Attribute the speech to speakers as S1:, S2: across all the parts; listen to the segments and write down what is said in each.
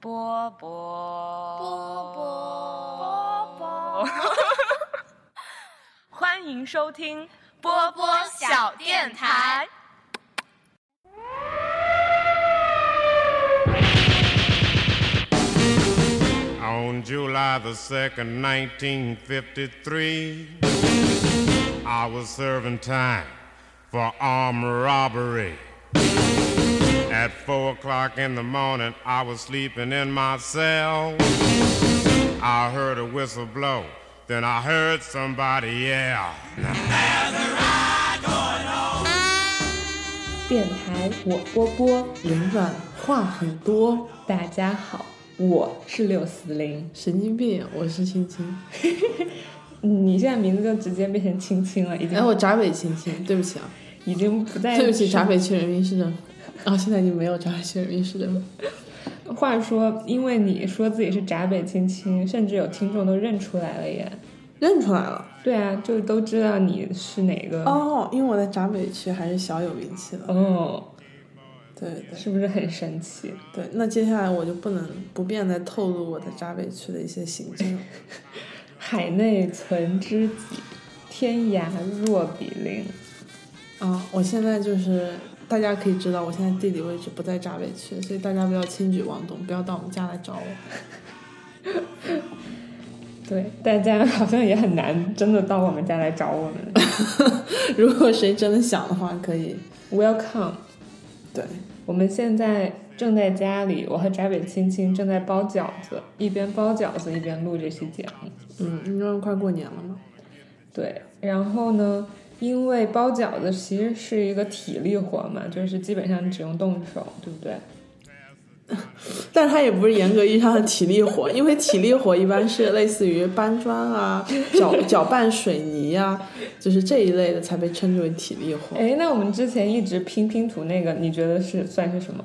S1: 波波波
S2: 波
S1: 波，欢迎收听
S2: 波波小电台。
S3: On July the 2nd, 1953, I was serving time for armed robbery. At 4 o'clock in the morning, I was sleeping in my cell. I heard a whistle blow, then I heard somebody yell.
S4: 电台我波波
S5: 林软话很多，
S4: 大家好，我是六四零。
S5: 神经病！我是青青，
S4: 你现在名字就直接变成青青了，已经、
S5: 哎，我闸北青青，对不起啊，
S4: 已经不再
S5: 对不起，闸北区人民市政府，啊、现在已经没有闸北区人民市政府，
S4: 话说，因为你说自己是闸北青青，甚至有听众都认出来了耶。
S5: 认出来了。
S4: 对啊，就都知道你是哪个。
S5: 哦，因为我在闸北区还是小有名气的。
S4: 哦，
S5: 对对
S4: 是不是很神奇？
S5: 对，那接下来我就不能不便再透露我在闸北区的一些行径 了。
S4: 海内存知己，天涯若比邻。
S5: 啊，我现在就是大家可以知道，我现在地理位置不在闸北区，所以大家不要轻举妄动，不要到我们家来找我。
S4: 对，大家好像也很难真的到我们家来找我 们。
S5: 如果谁真的想的话，可以
S4: Welcome。
S5: 对。
S4: 我们现在正在家里，我和翟北青青正在包饺子，一边包饺子一边录这期节目。
S5: 嗯，因为快过年了嘛。
S4: 对，然后呢，因为包饺子其实是一个体力活嘛，就是基本上只用动手，对不对？
S5: 但是它也不是严格意义上的体力活， 因为体力活一般是类似于搬砖啊、搅搅拌水泥啊，就是这一类的才被称之为体力活。
S4: 哎，那我们之前一直拼拼图那个，你觉得是算是什么？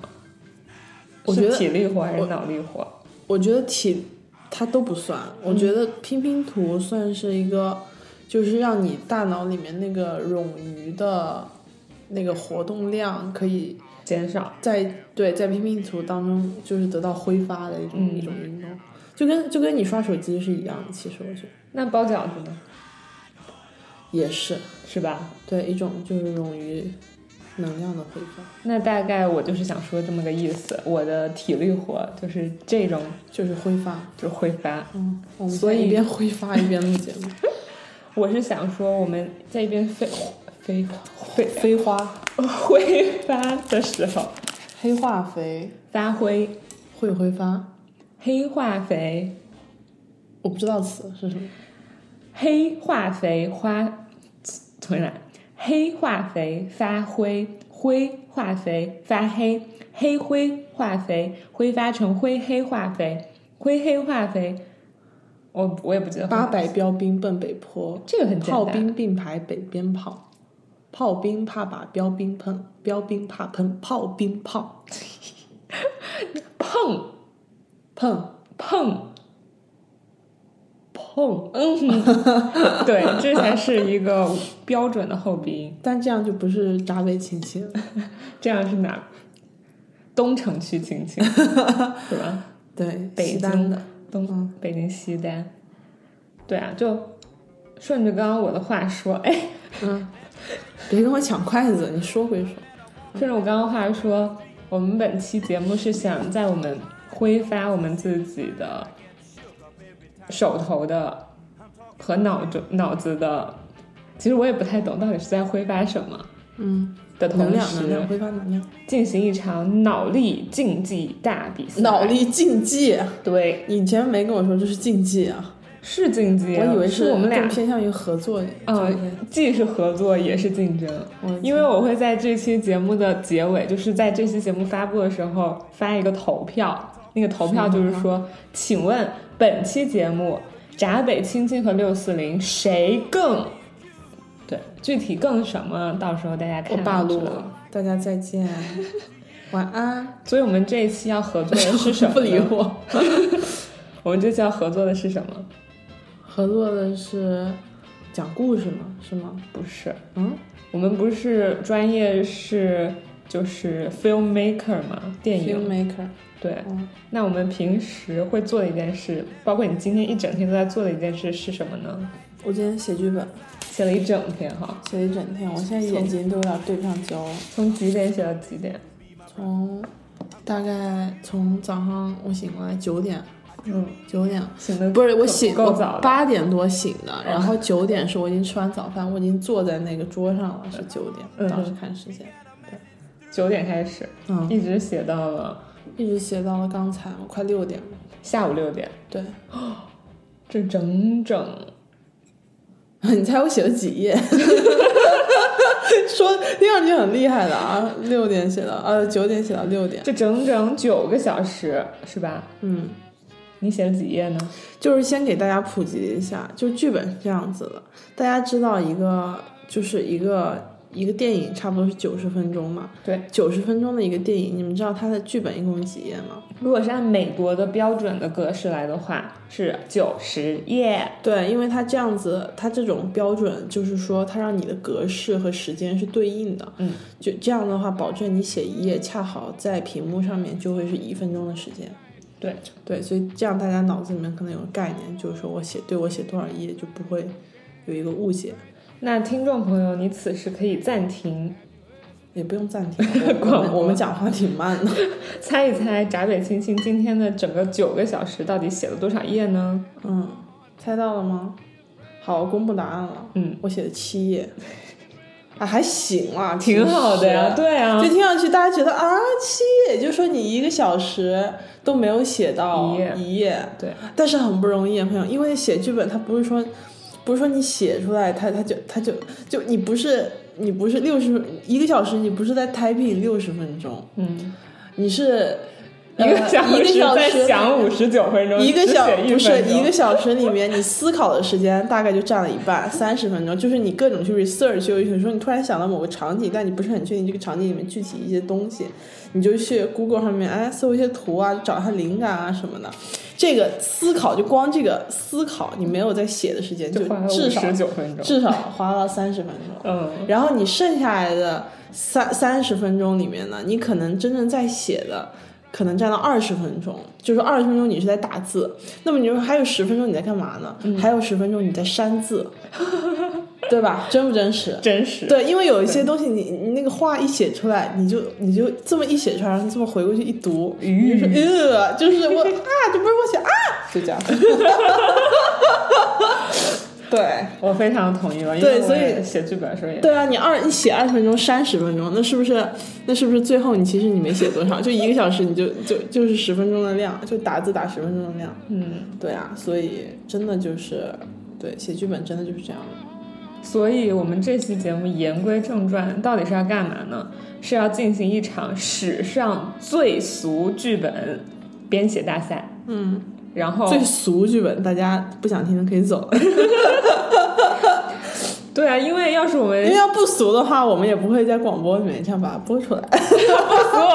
S5: 我觉得
S4: 是体力活还是
S5: 我
S4: 脑力活？
S5: 我觉得体它都不算，我觉得拼拼图算是一个，就是让你大脑里面那个冗余的那个活动量可以
S4: 减少。
S5: 在对在拼拼图当中就是得到挥发的一种、
S4: 嗯
S5: 一种运动，就跟就跟你刷手机是一样的。其实我觉得
S4: 那包饺子呢？
S5: 也是。
S4: 是吧？
S5: 对，一种就是冗余能量的挥发，
S4: 那大概我就是想说这么个意思。我的体力活就是这种，
S5: 就是挥发。
S4: 就是挥发。
S5: 嗯，我们
S4: 所
S5: 现在
S4: 以
S5: 一边挥发一边录节 目，
S4: 我是想说，我们在一边飞飞
S5: 飞飞花、
S4: 挥发的时候，
S5: 黑化肥
S4: 发挥
S5: 会挥发，
S4: 黑化肥、
S5: 我不知道词是什么。
S4: 黑化肥花，重新来，黑化肥发灰，灰化肥发黑，黑灰化肥挥发成灰黑化肥，灰黑化肥，我我也不记得
S5: 八百标兵奔北坡，
S4: 这个很简单
S5: 炮兵并排北边跑，炮兵怕把标兵碰，标兵怕喷炮兵炮
S4: 碰
S5: 碰
S4: 碰。嗯
S5: 碰，
S4: 对，这才是一个标准的后鼻音。
S5: 但这样就不是闸北亲戚了。
S4: 这样是哪儿？东城区亲戚是吧？
S5: 对，
S4: 北
S5: 西单
S4: 京
S5: 的，
S4: 东、
S5: 嗯
S4: 北京西单，对啊，就顺着刚刚我的话说，哎，
S5: 嗯，别跟我抢筷子，你说归说。
S4: 顺着我刚刚话说，我们本期节目是想在我们挥发我们自己的手头的和脑子脑子的，其实我也不太懂到底是在挥发什么
S5: 嗯。
S4: 的
S5: 能
S4: 同
S5: 量，能量，
S4: 时，
S5: 挥发能量，
S4: 进行一场脑力竞技大比赛。
S5: 脑力竞技。
S4: 对
S5: 你以前没跟我说这是竞技啊，
S4: 是竞技啊，
S5: 我以为
S4: 是我们俩
S5: 更偏向于合作。嗯，
S4: 嗯，既是合作也是竞争
S5: 我，
S4: 因为我会在这期节目的结尾，就是在这期节目发布的时候发一个投票，那个投票就是
S5: 嗯
S4: 说，请问本期节目闸北青青和六四零谁更？对，具体更什么，到时候大家
S5: 我
S4: 看就
S5: 暴
S4: 知
S5: 露
S4: 道。
S5: 了，大家再 见，晚安。
S4: 所以我们这一期要合作的是什么？
S5: 不理我。
S4: 我们这期要合作的是什么？
S5: 合作的是讲故事吗？是吗？
S4: 不是，
S5: 嗯，
S4: 我们不是专业是就是 filmmaker 嘛，电影
S5: filmmaker，
S4: 对。
S5: 嗯
S4: 那我们平时会做的一件事，包括你今天一整天都在做的一件事是什么呢？
S5: 我今天写剧本，
S4: 写了一整天哈，
S5: 写了一整天，我现在眼睛都有点对不上焦了。
S4: 从几点写到几点？
S5: 从大概从早上我醒过来九点，
S4: 嗯，
S5: 九点
S4: 醒的
S5: 不是我醒
S4: 够
S5: 我
S4: 早的，哦
S5: 八点多醒的，然后九点是我已经吃完早饭，我已经坐在那个桌上了，是九点，
S4: 嗯
S5: 当时看时间，
S4: 九点开始，
S5: 嗯，
S4: 一直写到了
S5: 一直写到了刚才，我快六点了，
S4: 下午六点，
S5: 对，
S4: 这整整
S5: 你猜我写了几页？ 说听上去很厉害的啊，六点写到呃九点写到六点，
S4: 这整整九个小时是吧？
S5: 嗯，
S4: 你写了几页呢？
S5: 就是先给大家普及一下，就剧本是这样子的，大家知道一个就是一个一个电影差不多是九十分钟嘛，
S4: 对，
S5: 九十分钟的一个电影，你们知道它的剧本一共几页吗？
S4: 如果是按美国的标准的格式来的话，是九十页。
S5: 对，因为它这样子，它这种标准就是说，它让你的格式和时间是对应的。
S4: 嗯，
S5: 就这样的话，保证你写一页恰好在屏幕上面就会是一分钟的时间。
S4: 对，
S5: 对，所以这样大家脑子里面可能有个概念，就是说我写对我写多少页就不会有一个误解，
S4: 那听众朋友，你此时可以暂停，
S5: 也不用 暂停。我
S4: 广
S5: 们
S4: 播
S5: 我们讲话挺 慢的，
S4: 猜一猜闸北青青今天的整个九个小时到底写了多少页 呢？
S5: 嗯，猜到了吗？好，我公布答案了。
S4: 嗯，
S5: 我写了七页，啊，还行啦，
S4: 挺好的呀，
S5: 其实
S4: 对啊
S5: 就，听上去大家觉得啊，七页，也就是说你一个小时都没有写到
S4: 一页
S5: 一页，
S4: 对，
S5: 但是很不容易，朋友，因为写剧本它不是说，不是说你写出来，它它就它就就你不是你不是六十一个小时，你不是在 typing 六十分钟，
S4: 嗯，
S5: 你是
S4: 一个小
S5: 呃、一个
S4: 时
S5: 小
S4: 在
S5: 时
S4: 想五十九分钟，
S5: 一个
S4: 只
S5: 小
S4: 写
S5: 不是
S4: 分钟
S5: 一个小时里面，你思考的时间大概就占了一半，三十分钟，就是你各种去 research，有时候你突然想到某个场景，但你不是很确定这个场景里面具体一些东西，你就去 Google 上面哎搜一些图啊，找一下灵感啊什么的。这个思考就光这个思考，你没有在写的时间，就
S4: 就花了
S5: 至
S4: 五
S5: 少
S4: 十九分钟，
S5: 至少花了三十分钟。
S4: 嗯，
S5: 然后你剩下来的三三十分钟里面呢，你可能真正在写的，可能占到二十分钟，就是二十分钟你是在打字，那么你就还有十分钟你在干嘛呢？还有十分钟你在删 字，对吧？真不真实？
S4: 真实，
S5: 对，因为有一些东西你，你那个话一写出来，你就你就这么一写出来，然后这么回过去一读，你就说呃，就是我啊，这不是我写啊，就这样。 对，
S4: 我非常同意了，因
S5: 对
S4: 为我
S5: 所以
S4: 也写剧本的时候也
S5: 对啊，你二你写二十分钟、三十分钟，那是不是那是不是最后你其实你没写多少，就一个小时你就就就是十分钟的量，就打字打十分钟的量。
S4: 嗯，
S5: 对啊，所以真的就是对写剧本真的就是这样
S4: 哦
S5: 的。
S4: 所以我们这期节目言归正传，到底是要干嘛呢？是要进行一场史上最俗剧本编写大赛，
S5: 嗯，
S4: 然后
S5: 最俗剧本，大家不想听的可以走 了，
S4: 对啊，因为要是我们
S5: 因 为要不俗的话，我们也不会在广播里面这样把它播出来。
S4: 所以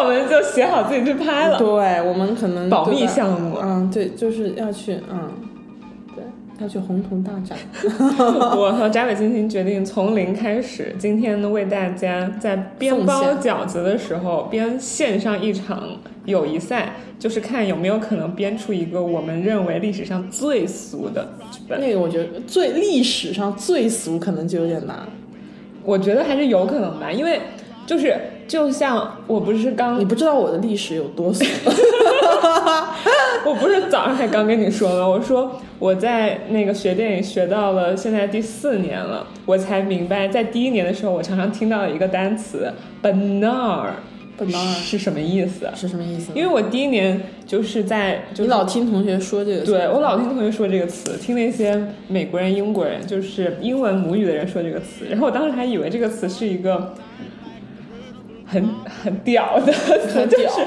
S4: 我们就写好自己去拍了。
S5: 对，我们可能
S4: 保密
S5: 对吧
S4: 项目啊
S5: 嗯，对，就是要去嗯，对，要去宏图大展。
S4: 我和扎北青青决定从零开始，今天呢为大家在边包
S5: 奉
S4: 饺子的时候边献上一场友谊赛，就是看有没有可能编出一个我们认为历史上最俗的剧本。
S5: 那个我觉得最历史上最俗，可能就有点难。
S4: 我觉得还是有可能吧，因为就是就像我不是刚
S5: 你不知道我的历史有 多俗，
S4: 我不是早上还刚跟你说吗？我说我在那个学电影学到了现在第四年了，我才明白，在第一年的时候，我常常听到一个单词 “banal”，
S5: banal
S4: 是什么意思？
S5: 啊是什么意思呢？
S4: 因为我第一年就是在就
S5: 你
S4: 是
S5: 老听同学说这个，
S4: 对我老听同学说这个词，听那些美国人、英国人，就是英文母语的人说这个词，然后我当时还以为这个词是一个很很屌的词，
S5: 很
S4: 就
S5: 屌
S4: 是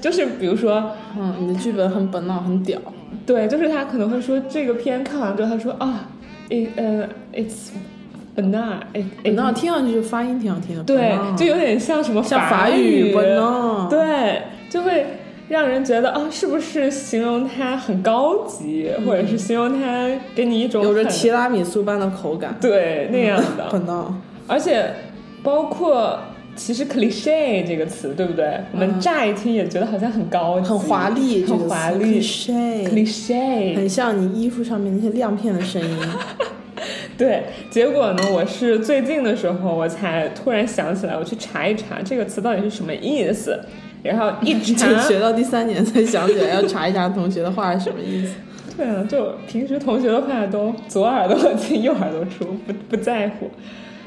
S4: 就是比如说。
S5: 嗯，你的剧本很本脑，很屌，
S4: 对，就是他可能会说这个片看完之后，他说啊，it 呃、it's banal，it
S5: 本
S4: it
S5: 脑听上去就发音挺好听的，
S4: 哎对
S5: 本脑，
S4: 就有点像什么
S5: 哦像
S4: 法
S5: 法
S4: 语
S5: 语哦本脑，，
S4: 对，就会让人觉得啊，是不是形容它很高级，或者是形容它给你一种
S5: 有着嗯
S4: 很
S5: 提拉米苏般的口感，
S4: 对那样的，
S5: 本脑，
S4: 而且包括其实 cliche 这个词，对不对？我们乍一听也觉得好像很高级、
S5: 嗯很华丽，
S4: 很华丽
S5: ，cliche，很
S4: ，cliche。
S5: 像你衣服上面那些亮片的声音。
S4: 对，结果呢，我是最近的时候，我才突然想起来，我去查一查这个词到底是什么意思。然后一 查，
S5: 就学到第三年才想起来要查一查同学的话是什么 意思。
S4: 对啊，就平时同学的话都左耳朵进右耳朵出，不不在乎，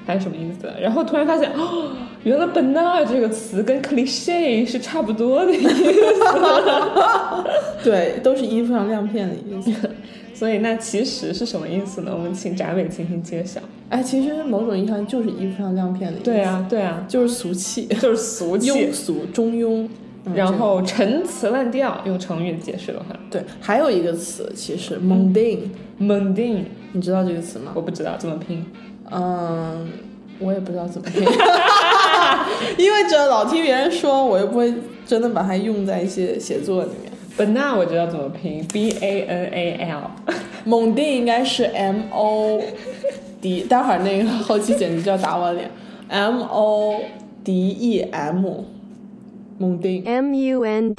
S4: 还是什么意思？啊然后突然发现，哦，原来 “banal” 这个词跟 “cliche” 是差不多的意思。
S5: 对，都是衣服上亮片的意 思。
S4: 所以那其实是什么意思呢？我们请展伟轻轻揭晓。
S5: 哎，其实某种意义上就是衣服上亮片的意思。
S4: 对，啊，对啊，
S5: 就是俗气、
S4: 就是 俗气
S5: 庸，俗、中庸。嗯
S4: 然后陈词滥调。用成语解释的话
S5: 这个对，还有一个词其实 mundane，
S4: ，mundane，
S5: 你知道这个词吗
S4: 我？不知道怎么拼。
S5: 嗯，我也不知道怎么拼，因为只有老听别人说，我又不会真的把它用在一些写作里面。
S4: banal 我知道怎么拼，b a n a l。
S5: 蒙定应该是 M O D，待会儿那个后期简直就要打我脸，M O D E M，蒙定
S6: mundane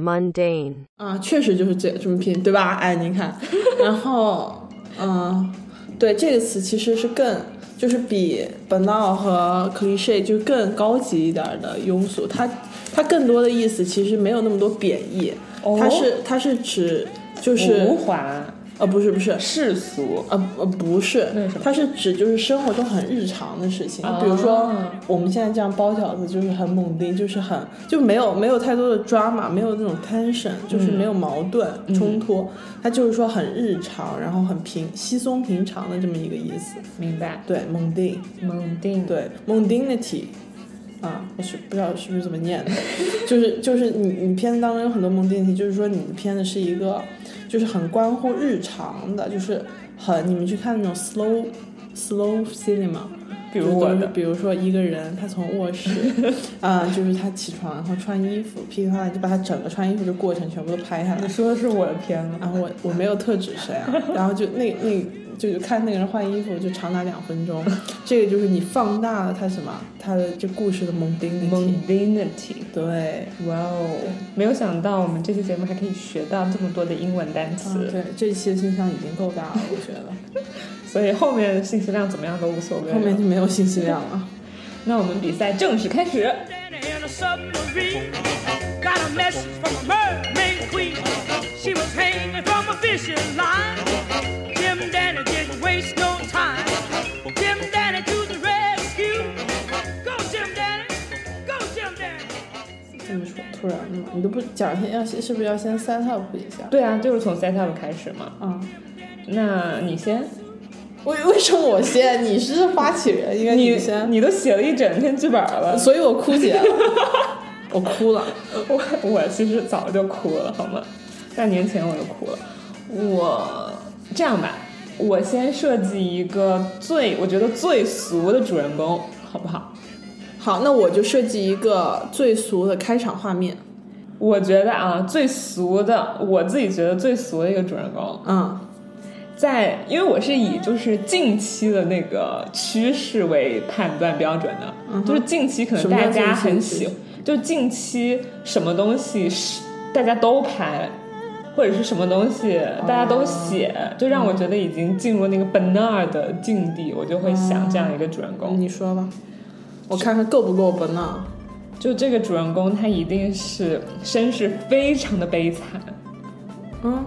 S6: mundane
S5: 啊，确实就是这这么拼，对吧？哎，你看，然后，嗯，对，这个词其实是更就是比 banal 和 cliche 就更高级一点儿的庸俗，它它更多的意思其实没有那么多贬义，
S4: 哦
S5: 它是它是指就是
S4: 浮华、
S5: 呃不是不是
S4: 世俗，
S5: 呃呃不是
S4: 那是什么，哦
S5: 它是指就是生活中很日常的事情，比如说我们现在这样包饺子就是很猛丁，就是很就没有没有太多的 drama，没有那种 tension，就是
S4: 嗯
S5: 没有矛盾、冲突，它就是说很日常，然后很平稀松平常的这么一个意思。
S4: 明白？
S5: 对，猛丁，
S4: 蒙定，
S5: 对 mundinity。啊，我是不知道是不是这么念的， 就是就是你你片子当中有很多 mundinity，就是说你的片子是一个，就是很关乎日常的，就是很你们去看那种 slow slow cinema，
S4: 比如我
S5: 就是
S4: 的
S5: 比如说一个人他从卧室， 啊、就是他起床然后穿衣服，噼里啪啦就把他整个穿衣服的过程全部都拍下来
S4: 你，说的是我的片吗？
S5: 啊，我我没有特指谁啊，然后就那那就就看那个人换衣服就长达两分钟，这个就是你放大了他什么他的这故事的蒙丁的题，
S4: Mundanity，
S5: 对。
S4: 哇哦！没有想到我们这期节目还可以学到这么多的英文单
S5: 啊
S4: 词，
S5: 对，这一期的信箱已经够大了，我觉 得
S4: 所以后面信息量怎么样都无所谓了。
S5: 后面就没有信息量了。
S4: 那我们比赛正式开始。
S7: Danny in a submarine. Got a message from a mermaid queen. She was hanging from a fishing line. Jim Danny didn't waste no time. Jim Danny to the rescue. Go Jim Danny, go Jim Danny.
S5: 这么说突然的嘛，你都不讲先要先是不是要先 set up 一下？
S4: 对啊，就是从 set up 开始嘛。
S5: 啊，
S4: 那你先，
S5: 为为什么我先？你是发起人，应该
S4: 你
S5: 先。
S4: 你都写了一整天剧本了，
S5: 所以我枯竭了， 我哭了。
S4: 我我其实早就哭了，好吗？半年前我就哭了。我这样吧，我先设计一个最我觉得最俗的主人公，好不好？
S5: 好，那我就设计一个最俗的开场画面。
S4: 我觉得啊，最俗的，我自己觉得最俗的一个主人公，
S5: 嗯，
S4: 在因为我是以就是近期的那个趋势为判断标准的，就是近期可能大家很喜
S5: 嗯什么叫近期，
S4: 就是近期什么东西是大家都拍，或者是什么东西大家都写，
S5: 嗯
S4: 就让我觉得已经进入那个 banal 的境地，我就会想这样一个主人公。
S5: 你说吧，我看看够不够啊不呢？
S4: 就这个主人公，他一定是身世非常的悲惨，
S5: 嗯，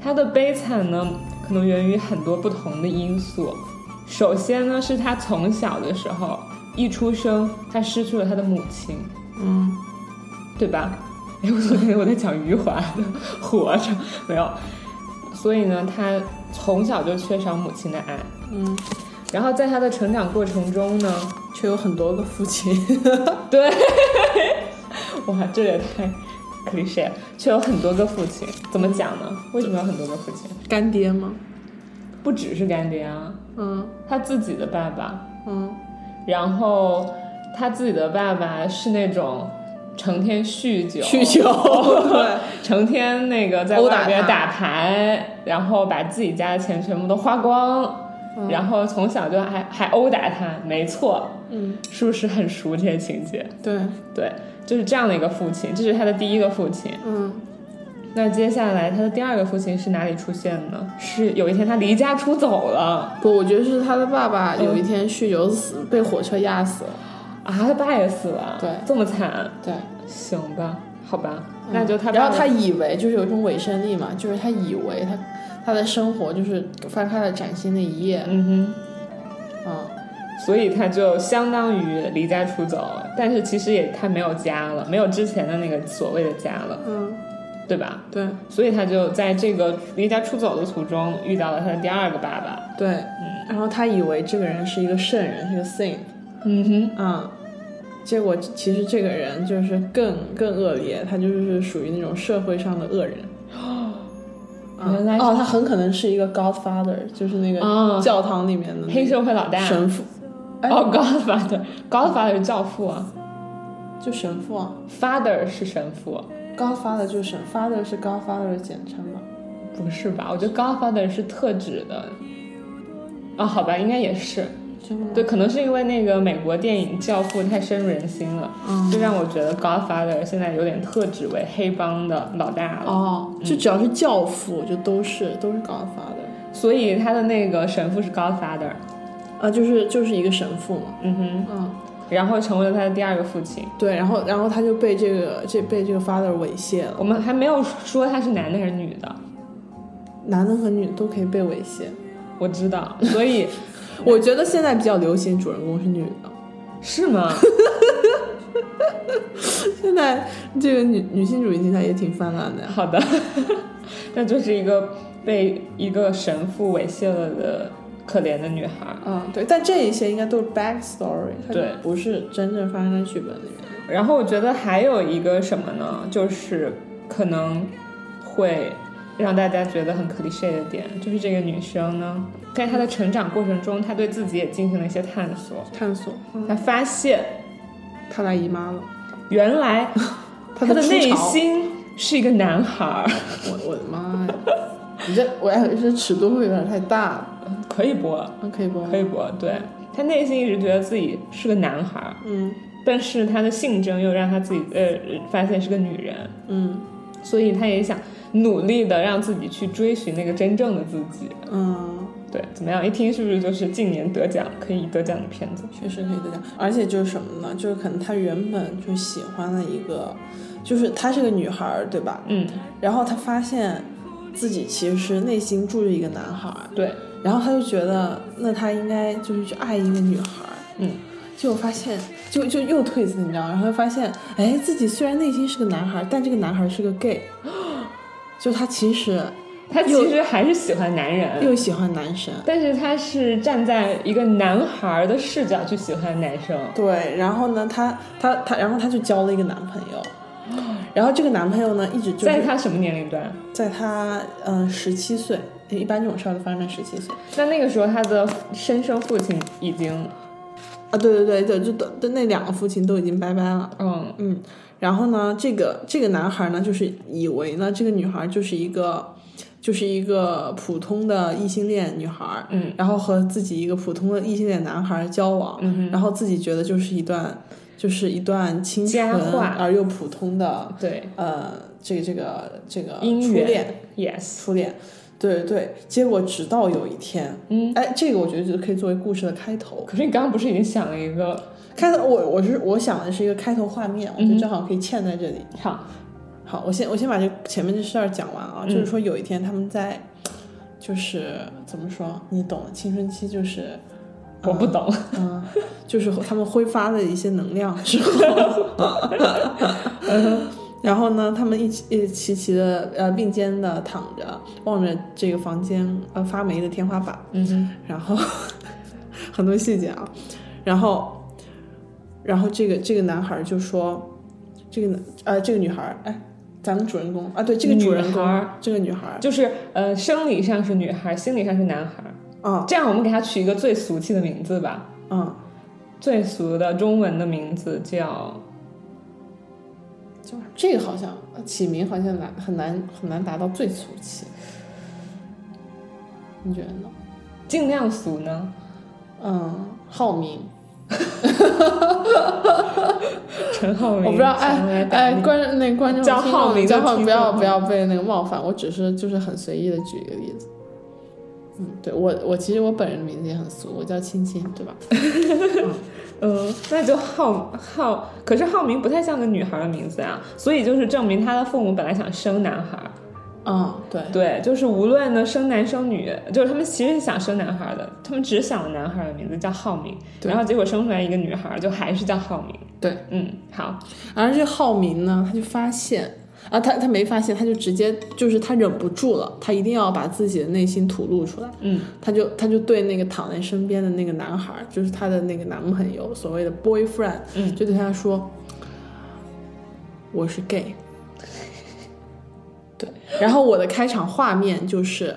S4: 他的悲惨呢，可能源于很多不同的因素。首先呢，是他从小的时候一出生，他失去了他的母亲，
S5: 嗯，
S4: 对吧？哎，我昨天我在讲余华的《活着》， 没有。所以呢，他从小就缺少母亲的爱。
S5: 嗯，
S4: 然后在他的成长过程中呢，
S5: 却有很多个父亲。
S4: 对， 哇，这也太 cliche，了却有很多个父亲。怎么讲呢？为什么有很多个父亲？
S5: 干爹吗？
S4: 不只是干爹啊，
S5: 嗯
S4: 他自己的爸爸，
S5: 嗯
S4: 然后他自己的爸爸是那种成天酗酒，
S5: 酗酒对，
S4: 成天那个在
S5: 殴
S4: 外
S5: 打
S4: 边
S5: 他
S4: 打牌，然后把自己家的钱全部都花光，然后从小就还还殴打他，没错，
S5: 嗯，
S4: 是不是很熟这些情节？
S5: 对，
S4: 对，就是这样的一个父亲，这是他的第一个父亲。
S5: 嗯，
S4: 那接下来他的第二个父亲是哪里出现呢？是有一天他离家出走了
S5: 不，我觉得是他的爸爸有一
S4: 嗯
S5: 天酗酒死，被火车压死了。
S4: 啊，他爸也死了，
S5: 对
S4: 这么惨，
S5: 对，
S4: 行吧，好吧，那就他爸
S5: 嗯然后
S4: 爸
S5: 他以为就是有一种伪胜利嘛，就是他以为他他的生活就是翻开了崭新的一页。
S4: 嗯哼。
S5: 啊，
S4: 嗯所以他就相当于离家出走，但是其实也他没有家了，没有之前的那个所谓的家了，
S5: 嗯，
S4: 对吧？
S5: 对
S4: 所以他就在这个离家出走的途中遇到了他的第二个爸爸。
S5: 对，嗯，然后他以为这个人是一个圣人，是个 saint。
S4: 嗯哼，
S5: 嗯，结果其实这个人就是更更恶劣，他就是属于那种社会上的恶人。啊
S4: 哦原来是
S5: 哦，他很可能是一个 Godfather，就是那
S4: 哦
S5: 个教堂里面的那个
S4: 黑社会老大。
S5: 神父，哎
S4: 哦、g o d f a t h e r g o d f a t h e r 是教父啊
S5: 就神父啊
S4: ，Father 是神父，
S5: ，Godfather 就是神，Father 是 Godfather 的简称嘛。
S4: 不是吧？我觉得 Godfather 是特指的。啊、好吧，应该也是。
S5: 真的吗
S4: 对，，可能是因为那个美国电影《教父》太深入人心了，就让我觉得 Godfather 现在有点特指为黑帮的老大了。
S5: 哦，就只要是教父，就都是都是 Godfather，
S4: 所以他的那个神父是 Godfather，
S5: 啊，就是就是一个神父嘛。
S4: 嗯哼，
S5: 嗯，
S4: 然后成为了他的第二个父亲。
S5: 对，然后然后他就被这个这被这个 father 猥亵了。
S4: 我们还没有说他是男的还是女的，
S5: 男的和女的都可以被猥亵。
S4: 我知道，所以
S5: 我觉得现在比较流行主人公是女的，
S4: 是吗？
S5: 现在这个女女性主义题材也挺泛滥的呀。
S4: 好的， 那就是一个被一个神父猥亵了的可怜的女孩。
S5: 嗯，对，但这一些应该都是 back story，它
S4: 对
S5: 不是真正发生在剧本里面的。
S4: 然后我觉得还有一个什么呢？就是可能会让大家觉得很 cliche 的点，就是这个女生呢，在她的成长过程中，她对自己也进行了一些探索。
S5: 探索，
S4: 她发现，
S5: 她来姨妈了，
S4: 原来她
S5: 她的
S4: 的
S5: 初
S4: 内
S5: 潮
S4: 心是一个男孩儿，
S5: 我我的妈呀！你这我哎，这尺度会有点太大了。
S4: 可以播，
S5: 啊，可以不？
S4: 可以播。对她内心一直觉得自己是个男孩儿，
S5: 嗯
S4: 但是她的性征又让她自己呃发现是个女人，
S5: 嗯
S4: 所以她也想努力的让自己去追寻那个真正的自己。
S5: 嗯，
S4: 对，怎么样？一听是不是就是近年得奖可以得奖的片子？
S5: 确实可以这样。而且就是什么呢？就是可能她原本就喜欢了一个，就是她是个女孩儿，对吧？
S4: 嗯，
S5: 然后她发现自己其实内心住着一个男孩儿，
S4: 对，
S5: 然后她就觉得那她应该就是去爱一个女孩儿，
S4: 嗯，
S5: 结果发现就就又退字，你知道吗？然后发现哎，自己虽然内心是个男孩儿，但这个男孩儿是个 gay，就她其实
S4: 他其
S5: 又
S4: 实还是喜欢男人，
S5: 又喜欢男生。
S4: 但是他是站在一个男孩儿的视角去喜欢男生。
S5: 对，然后呢，她她她，然后她就交了一个男朋友，然后这个男朋友呢，一直就是
S4: 哦在他什么年龄段？
S5: 在她嗯十七岁，一般这种事儿都发生在十七岁
S4: 那那个时候他的生生父亲已经，
S5: 啊，对对对对，就都都那两个父亲都已经拜拜了，
S4: 嗯，
S5: 嗯，然后呢，这个这个男孩呢，就是以为呢，这个女孩就是一个。就是一个普通的异性恋女孩，
S4: 嗯，
S5: 然后和自己一个普通的异性恋男孩交往，嗯，然后自己觉得就是一段，就是一段清
S4: 佳
S5: 纯
S4: 话
S5: 而又普通的，
S4: 对
S5: 呃，这个这个这个
S4: 姻
S5: 初
S4: 缘
S5: 恋，
S4: ，yes，
S5: 初恋，对对对。结果直到有一天，
S4: 嗯
S5: 哎，这个我觉得就可以作为故事的开头。
S4: 可是你刚刚不是已经想了一个
S5: 开头我我是我想的是一个开头画面，我
S4: 嗯
S5: 觉得
S4: 哼
S5: 正好可以嵌在这里。
S4: 好，
S5: 好，我先我先把这前面这事儿讲完啊，
S4: 嗯
S5: 就是说有一天他们在，就是怎么说，你懂的，青春期就是。
S4: 我不懂，
S5: 嗯，就是他们挥发了一些能量 之后，然后呢，他们一起一齐齐的呃并肩的躺着，望着这个房间呃发霉的天花板，
S4: 嗯哼，
S5: 然后很多细节啊，然后然后这个这个男孩就说，这个男呃这个女孩儿哎，咱们主人公啊对这个主人
S4: 女孩
S5: 公
S4: 儿
S5: 这个女孩 儿
S4: 就是呃，生理上是女孩，心理上是男孩儿，
S5: 啊
S4: 这样我们给他取一个最俗气的名字吧，
S5: 嗯
S4: 最俗的中文的名字叫
S5: 就是这个好像呃起名好像难很难很难达到最俗气，你觉得呢？
S4: 尽量俗呢？
S5: 嗯，浩明，
S4: 陈浩民，
S5: 我不知道，
S4: 想用来
S5: 哎
S4: 打
S5: 哎，
S4: 你
S5: 观那观众
S4: 叫
S5: 听
S4: 浩
S5: 众
S4: 明
S5: 叫
S4: 的
S5: 浩
S4: 听
S5: 不要
S4: 众
S5: 不要被那个冒犯，我只是就是很随意的举一个例子。嗯，对我我其实我本人的名字也很俗，我叫青青，对吧？
S4: 嗯，那就浩浩，可是浩明不太像个女孩的名字啊，所以就是证明他的父母本来想生男孩儿，
S5: 啊、对
S4: 对，就是无论呢生男生女，就是他们其实是想生男孩儿的，他们只想了男孩儿的名字叫浩明，
S5: 对
S4: 然后结果生出来一个女孩儿，就还是叫浩明。
S5: 对，
S4: 嗯，好，
S5: 而这浩明呢，他就发现啊，他他没发现，他就直接就是他忍不住了，他一定要把自己的内心吐露出来。
S4: 嗯，
S5: 他就他就对那个躺在身边的那个男孩儿，就是他的那个男朋友，所谓的 boyfriend，
S4: 嗯
S5: 就对他说：“我是 gay。”对，然后我的开场画面就是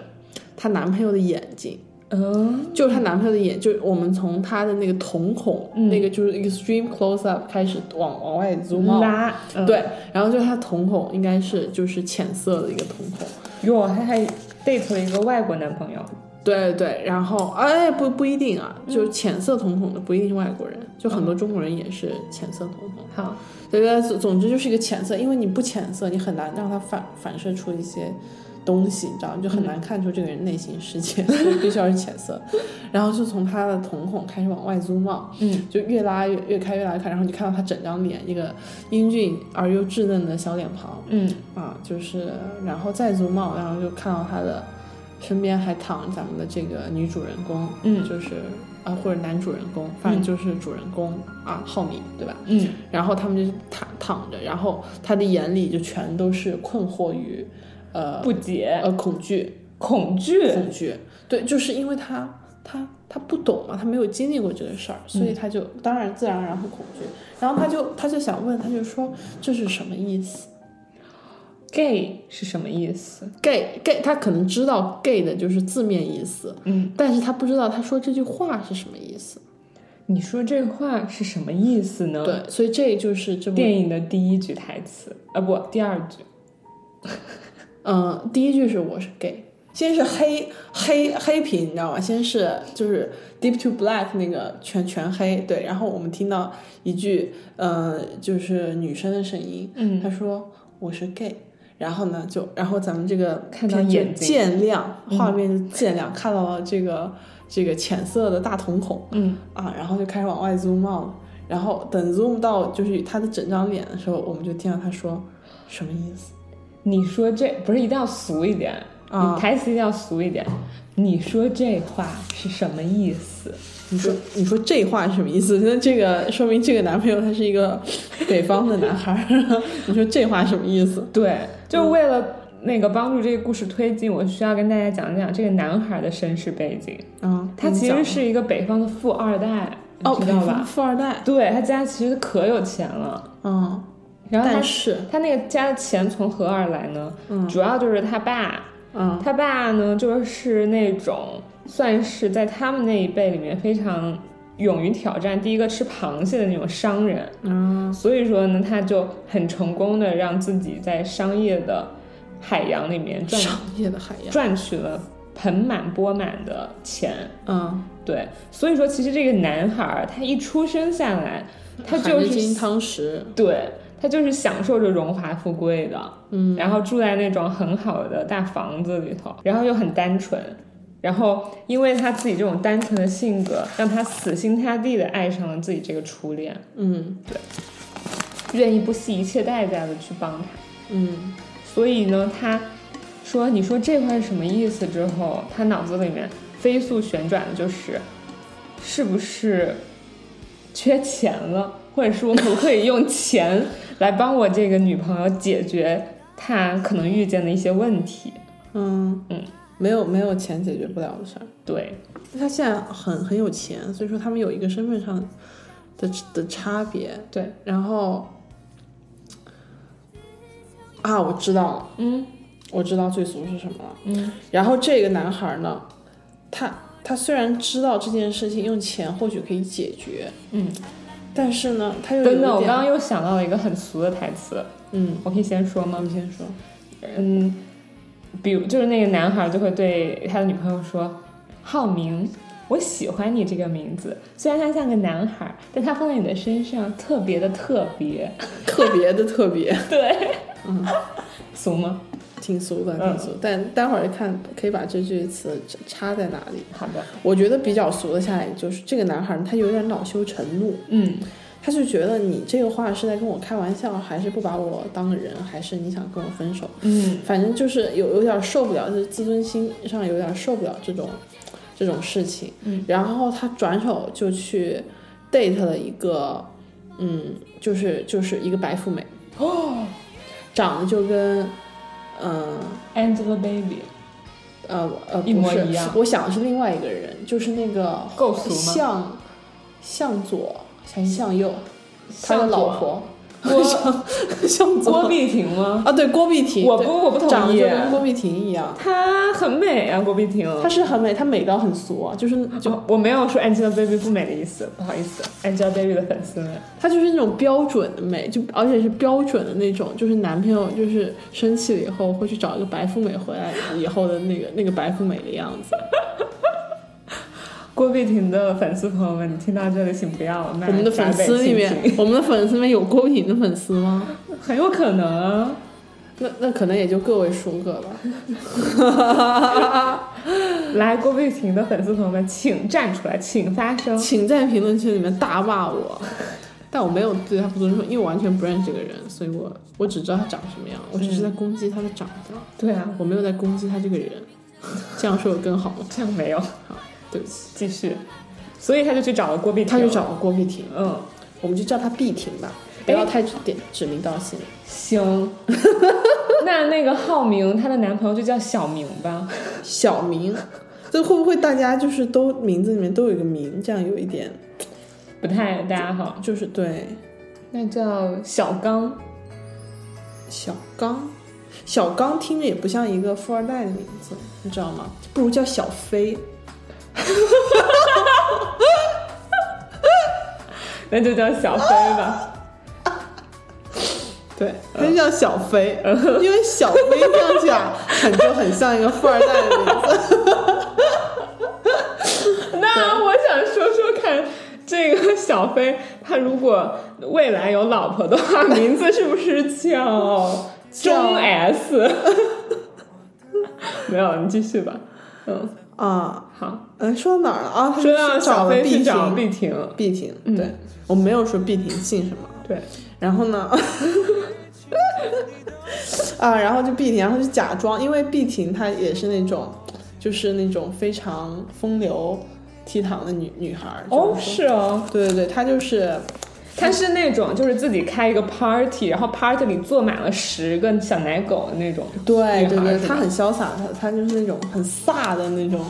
S5: 她男朋友的眼睛，
S4: 嗯，
S5: 就是她男朋友的眼，就是我们从她的那个瞳孔，
S4: 嗯
S5: 那个就是 extreme close up 开始往往外 zoom out，
S4: 拉，嗯
S5: 对，，然后就是她瞳孔应该是就是浅色的一个瞳孔，
S4: 哟，他还 date 了一个外国男朋友，
S5: 对对，然后哎不不一定啊，就是浅色瞳孔的不一定是外国人，就很多中国人也是浅色瞳孔。
S4: 好，
S5: 对对，总总之就是一个浅色，因为你不浅色，你很难让它反反射出一些东西，你知道吗，你就很难看出这个人内心世界，所以必须要是浅色。然后就从他的瞳孔开始往外 zoom out，
S4: 嗯，
S5: 就越拉越越开越拉越开，然后你看到他整张脸，一个英俊而又稚嫩的小脸庞，
S4: 嗯
S5: 啊，就是然后再 zoom out，然后就看到他的身边还躺着咱们的这个女主人公，
S4: 嗯
S5: 就是啊或者男主人公，反正就是主人公、啊，浩敏对吧？
S4: 嗯，
S5: 然后他们就是躺躺着，然后他的眼里就全都是困惑与呃
S4: 不解、
S5: 呃恐惧
S4: 恐惧，
S5: 恐惧，对，就是因为他他他不懂嘛，他没有经历过这个事儿，所以他就、当然自然而然会恐惧，然后他就他就想问，他就说这是什么意思？
S4: gay 是什么意思？
S5: gay gay，他可能知道 gay 的就是字面意思，
S4: 嗯，
S5: 但是他不知道他说这句话是什么意思。
S4: 你说这话是什么意思呢？，
S5: 对，所以这就是这部
S4: 电影的第一句台词啊，不，第二句。
S5: 嗯、第一句是我是 gay，先是黑黑黑屏，你知道吗？先是就是 deep to black 那个全全黑，对，然后我们听到一句呃就是女生的声音，
S4: 嗯
S5: 她说我是 gay。然后呢，就然后咱们这个
S4: 看到
S5: 片就
S4: 眼睛嗯
S5: 渐亮，画面就渐亮，看到了这个这个浅色的大瞳孔，
S4: 嗯
S5: 啊，然后就开始往外 zoom out，了然后等 zoom 到就是他的整张脸的时候，我们就听到他说什么意思？
S4: 你说这不是一定要俗一点
S5: 啊
S4: 你台词一定要俗一点。你说这话是什么意思？
S5: 你说你说这话是什么意思？那这个说明这个男朋友他是一个北方的男孩儿。 你说这话什么意思？
S4: 对，就为了那个帮助这个故事推进，我需要跟大家讲讲这个男孩的身世背景。
S5: 啊，
S4: 他其实是一个北方的富二代，
S5: 哦，
S4: 你知道
S5: 北方
S4: 吧？
S5: 富二代，
S4: 对他家其实可有钱了，
S5: 嗯，
S4: 然后他
S5: 但是
S4: 他那个家的钱从何而来呢？
S5: 嗯
S4: 主要就是他爸，
S5: 嗯
S4: 他爸呢就是那种算是在他们那一辈里面非常勇于挑战，第一个吃螃蟹的那种商人，
S5: 嗯
S4: 所以说呢，他就很成功的让自己在商业的海洋里面赚
S5: 商业的海洋，
S4: 赚取了盆满钵满的钱。
S5: 嗯，
S4: 对，所以说其实这个男孩儿他一出生下来，他就
S5: 含着
S4: 是
S5: 金汤匙，
S4: 对他就是享受着荣华富贵的，
S5: 嗯，
S4: 然后住在那种很好的大房子里头，然后又很单纯，然后因为他自己这种单纯的性格，让他死心塌地的爱上了自己这个初恋，
S5: 嗯
S4: 愿意不惜一切代价的去帮他。
S5: 嗯
S4: 所以呢，他说你说这话是什么意思之后，他脑子里面飞速旋转的就是，是不是缺钱了，或者是我可不可以用钱来帮我这个女朋友解决她可能遇见的一些问题？
S5: 嗯
S4: 嗯，
S5: 没有没有钱解决不了的事儿。
S4: 对，
S5: 他现在很很有钱，所以说他们有一个身份上的的差别。
S4: 对，
S5: 然后啊，我知道了，
S4: 嗯
S5: 我知道最俗是什么了。
S4: 嗯
S5: 然后这个男孩呢，他他虽然知道这件事情用钱或许可以解决，
S4: 嗯。
S5: 但是呢，他又有
S4: 等等，我
S5: 一点
S4: 刚刚又想到了一个很俗的台词，
S5: 嗯，
S4: 我可以先说吗？
S5: 你先说，
S4: 嗯，比如就是那个男孩就会对他的女朋友说：“浩明，我喜欢你这个名字，虽然它像个男孩儿，但它放在你的身上特别的特别。
S5: 特别的特别，
S4: 对，嗯， 俗吗？
S5: 挺俗的，
S4: 嗯
S5: 挺俗。但待会儿看可以把这句词插插在哪里。
S4: 好的，
S5: 我觉得比较俗的下来就是这个男孩儿他有点恼羞成怒，
S4: 嗯，
S5: 他就觉得你这个话是在跟我开玩笑，还是不把我当个人，还是你想跟我分手？
S4: 嗯，
S5: 反正就是有有点受不了，就是自尊心上有点受不了这种这种事情。
S4: 嗯，
S5: 然后他转手就去 date 了一个，嗯，就是就是一个白富美，
S4: 哦
S5: 长得就跟，嗯
S4: ，Angelababy，
S5: 呃呃，
S4: 一模
S5: 不是
S4: 一样
S5: 我想的是另外一个人，就是那个
S4: 够俗吗
S5: 向向左还是向右？他的
S4: 向左
S5: 老婆
S4: 郭
S5: 向 向左
S4: 郭碧婷吗？
S5: 啊，对郭碧婷，
S4: 我不
S5: 对
S4: 我不同意
S5: 长得就跟郭碧婷一样。
S4: 她很美啊，郭碧婷。
S5: 她是很美，她美到很俗啊，就是就
S4: 就我没有说 Angelababy 不美的意思，不好意思，Angelababy 的粉丝们。
S5: 她就是那种标准的美，就而且是标准的那种，就是男朋友就是生气了以后会去找一个白富美回来以后的那个那个白富美的样
S4: 哎
S5: 子。
S4: 郭碧婷的粉丝朋友们，你听到这里请不要骂
S5: 我们的粉
S4: 闸
S5: 丝里
S4: 北
S5: 面
S4: 青，
S5: 我们的粉丝里面有郭碧婷的粉丝吗？
S4: 青很有可能啊。
S5: 那那可能也就个位数个吧。
S4: 来，郭碧婷的粉丝朋友们，请站出来，请发声。
S5: 请在评论区里面大骂我，但我没有对他不尊重，因为我完全不认识这个人，所以我我只知道他长什么样，我只是在攻击他的长相，
S4: 对啊，
S5: 我没有在攻击他这个人。这样说有更好吗？
S4: 这样没有，
S5: 好，对不起，
S4: 继续。所以他就去找了郭碧婷，
S5: 他就找了郭碧婷，
S4: 嗯，
S5: 我们就叫他碧婷吧，不要太指点指名道姓。
S4: 行。 那那个浩明，她的男朋友就叫小明吧？
S5: 小明， 这会不会大家就是都名字里面都有一个明，这样有一点
S4: 不太大家好，
S5: 就是对
S4: 那叫小刚。
S5: 小刚。小刚听着也不像一个富二代的名字，你知道吗？不如叫小飞。
S4: 那就叫小飞吧。
S5: 对，他就叫小飞，呃因为小 飞听上去啊，很就很像一个富二代的 名字。
S4: 那我想说说看，这个小飞他如果未来有老婆的话，名字是不是叫 中 S？没有，你继续吧。嗯，
S5: 啊，
S4: 好，
S5: 嗯，说到哪儿了啊？他
S4: 说到小
S5: 了
S4: 飞
S5: 碧
S4: 去找
S5: 婷，哦
S4: 碧婷，
S5: 碧婷，
S4: 嗯
S5: 对，我没有说碧婷姓什么。
S4: 对，
S5: 然后呢， 啊，然后就碧婷，然后就假装，因为碧婷她也是那种，就是那种非常风流倜傥的女女孩儿。
S4: 哦，
S5: 就是
S4: 哦，
S5: 对对对，她就是
S4: 他是那种就是自己开一个 party，然后 party 里坐满了十个小奶狗的那种女孩，
S5: 对对对，
S4: 是
S5: 他
S4: 吧
S5: 很潇洒，他他就是那种很飒的那种，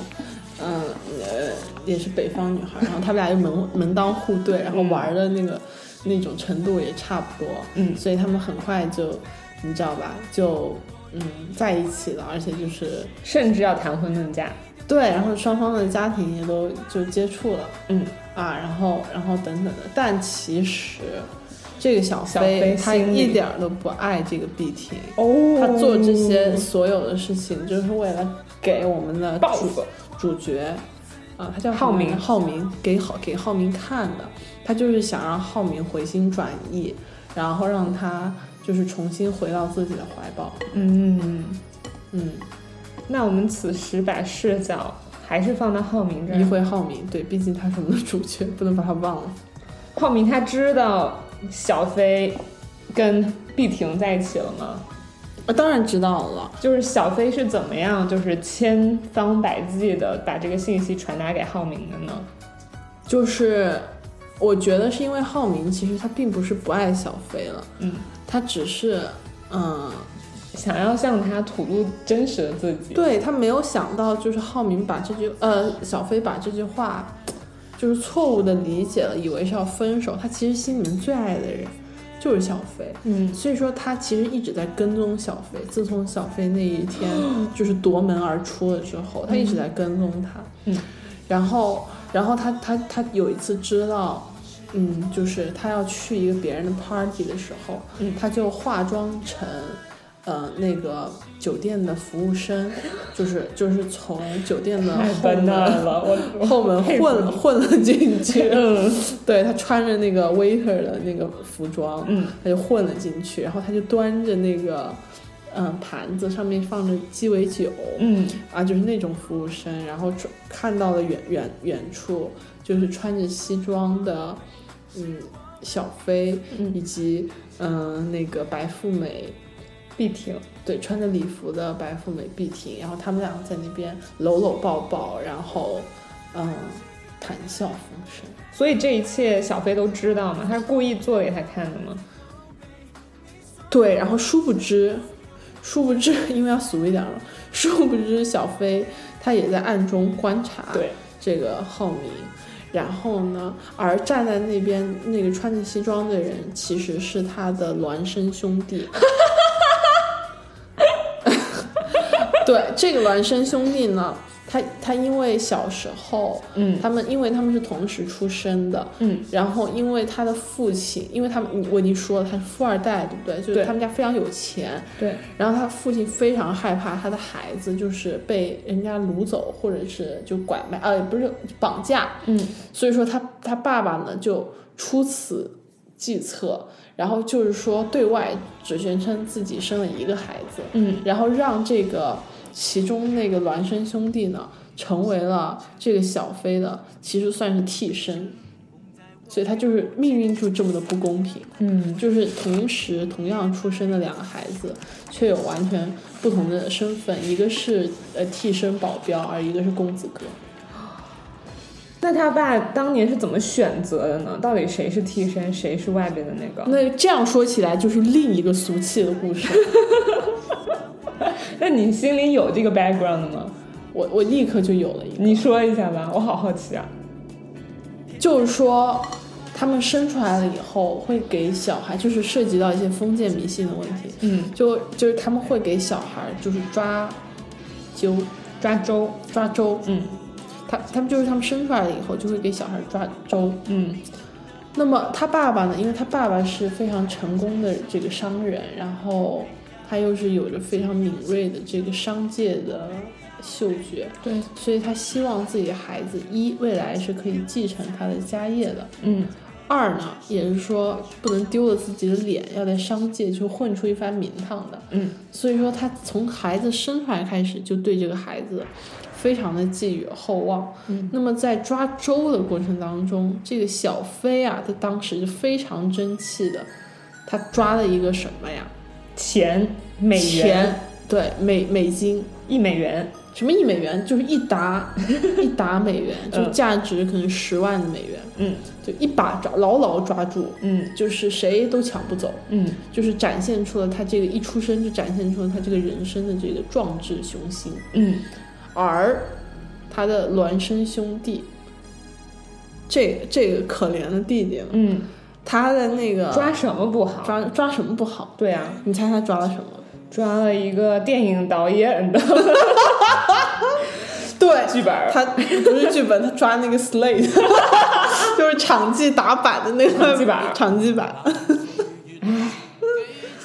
S5: 嗯呃，也是北方女孩，然后他们俩又门
S4: 嗯
S5: 门当户对，然后玩的那个、那种程度也差不多，
S4: 嗯
S5: 所以他们很快就你知道吧，就嗯在一起了，而且就是
S4: 甚至要谈婚论嫁。
S5: 对，然后双方的家庭也都就接触了
S4: 嗯，
S5: 啊，然后然后等等的，但其实这个小
S4: 小
S5: 飞
S4: 飞
S5: 他
S4: 心
S5: 一
S4: 里
S5: 点儿都不爱这个碧婷。
S4: 哦
S5: 他做这些所有的事情，就是为了给我们的
S4: 报
S5: 主
S4: 复
S5: 主角啊，他叫
S4: 浩
S5: 什么
S4: 明
S5: 浩明给浩给浩明看的，他就是想让浩明回心转意，然后让他就是重新回到自己的怀抱。
S4: 嗯。
S5: 嗯，
S4: 那我们此时把视角还是放到浩明这
S5: 一
S4: 儿。
S5: 回浩明，对，毕竟他是我们的主角，不能把他忘了。
S4: 浩明他知道小飞跟碧婷在一起了吗？
S5: 我啊当然知道了，
S4: 就是小飞是怎么样，就是千方百计的把这个信息传达给浩明的呢？
S5: 就是我觉得是因为浩明其实他并不是不爱小飞了，
S4: 嗯，
S5: 他只是嗯。
S4: 想要向他吐露真实的自己。，
S5: 对他没有想到，就是浩明把这句呃小飞把这句话，就是错误的理解了，以为是要分手。他其实心里面最爱的人就是小飞，
S4: 嗯，
S5: 所以说他其实一直在跟踪小飞。自从小飞那一天就是夺门而出了之后，他一直在跟踪他。
S4: 嗯，
S5: 然后然后他他他有一次知道。嗯，就是他要去一个别人的 party 的时候，
S4: 嗯
S5: 他就化妆成，嗯、呃那个酒店的服务 生，就是就是从酒店的
S4: 太
S5: 后
S4: 笨
S5: 门
S4: 蛋了，我
S5: 后门
S4: 佩服
S5: 混了混了进去。
S4: 嗯，
S5: 对他穿着那个 waiter 的那个服装，
S4: 嗯，
S5: 他就混了进去，然后他就端着那个，嗯，盘子上面放着鸡尾酒，
S4: 嗯，
S5: 啊，就是那种服务生，然后穿看到了远远远处就是穿着西装的，嗯，小飞，
S4: 嗯
S5: 以及嗯、呃那个白富美，
S4: 必听。
S5: 对，穿着礼服的白富美碧婷，然后他们两个在那边搂搂抱抱，然后嗯、谈笑风生。
S4: 所以这一切小飞都知道嘛，他是故意做给他看的吗？
S5: 对，然后殊不知，殊不知，因为要俗一点了，殊不知小飞他也在暗中观察
S4: 对
S5: 这个浩明。然后呢，而站在那边那个穿着西装的人，其实是他的孪生兄弟。 对，这个孪生兄弟呢，他他因为小时候，
S4: 嗯
S5: 他们因为他们是同时出生的，
S4: 嗯，
S5: 然后因为他的父亲，因为他们我已经说了他是富二代，对不对？就是
S4: 对
S5: 他们家非常有钱，
S4: 对，
S5: 然后他父亲非常害怕他的孩子就是被人家掳走，或者是就拐卖，呃，不是绑架，
S4: 嗯，
S5: 所以说他他爸爸呢就出此计策，然后就是说对外只宣称自己生了一个孩子，
S4: 嗯，
S5: 然后让这个其中那个孪生兄弟呢成为了这个小飞的其实算是替身，所以他就是命运就这么的不公平，
S4: 嗯，
S5: 就是同时同样出生的两个孩子，却有完全不同的身份，一个是呃替身保镖，而一个是公子哥。
S4: 那他爸当年是怎么选择的呢？到底谁是替身，谁是外边的那个？
S5: 那这样说起来，就是另一个俗气的故事。
S4: 那你心里有这个 background 吗？
S5: 我我立刻就有了一个，
S4: 你说一下吧，我好好奇啊。
S5: 就是说，他们生出来了以后，会给小孩，就是涉及到一些封建迷信的问题。
S4: 嗯，
S5: 就就是他们会给小孩儿就是抓阄、
S4: 抓周，
S5: 抓周，
S4: 嗯
S5: 他他们就是他们生出来了以后就会给小孩儿抓周。
S4: 嗯
S5: 那么他爸爸呢？因为他爸爸是非常成功的这个商人，然后他又是有着非常敏锐的这个商界的嗅觉，
S4: 对，
S5: 所以他希望自己的孩子一未来是可以继承他的家业的，
S4: 嗯
S5: 二呢也是说不能丢了自己的脸，要在商界去混出一番名堂的。
S4: 嗯，
S5: 所以说他从孩子生出来开始就对这个孩子非常的寄予厚望。
S4: 嗯，
S5: 那么在抓周的过程当中，这个小飞啊，他当时是非常争气的，他抓了一个什么呀？
S4: 钱美元
S5: 钱，对，美美金。
S4: 一美元，
S5: 什么一美元就是一 沓一沓美元，就
S4: 嗯
S5: 价值可能十万美元，
S4: 嗯
S5: 就一把抓牢牢抓住，
S4: 嗯
S5: 就是谁都抢不走。
S4: 嗯
S5: 就是展现出了他这个一出生就展现出了他这个人生的这个壮志雄心，
S4: 嗯，
S5: 而他的孪生兄弟，这这个可怜的弟弟，
S4: 嗯，
S5: 他的那个
S4: 抓什么不好？
S5: 抓抓什么不好？
S4: 对啊，
S5: 你猜他抓了什么？
S4: 抓了一个电影导演的
S5: 对，
S4: 剧本儿
S5: 他不是剧本，他抓那个 slate，就是场记打板的那个
S4: 场记板
S5: 场记板。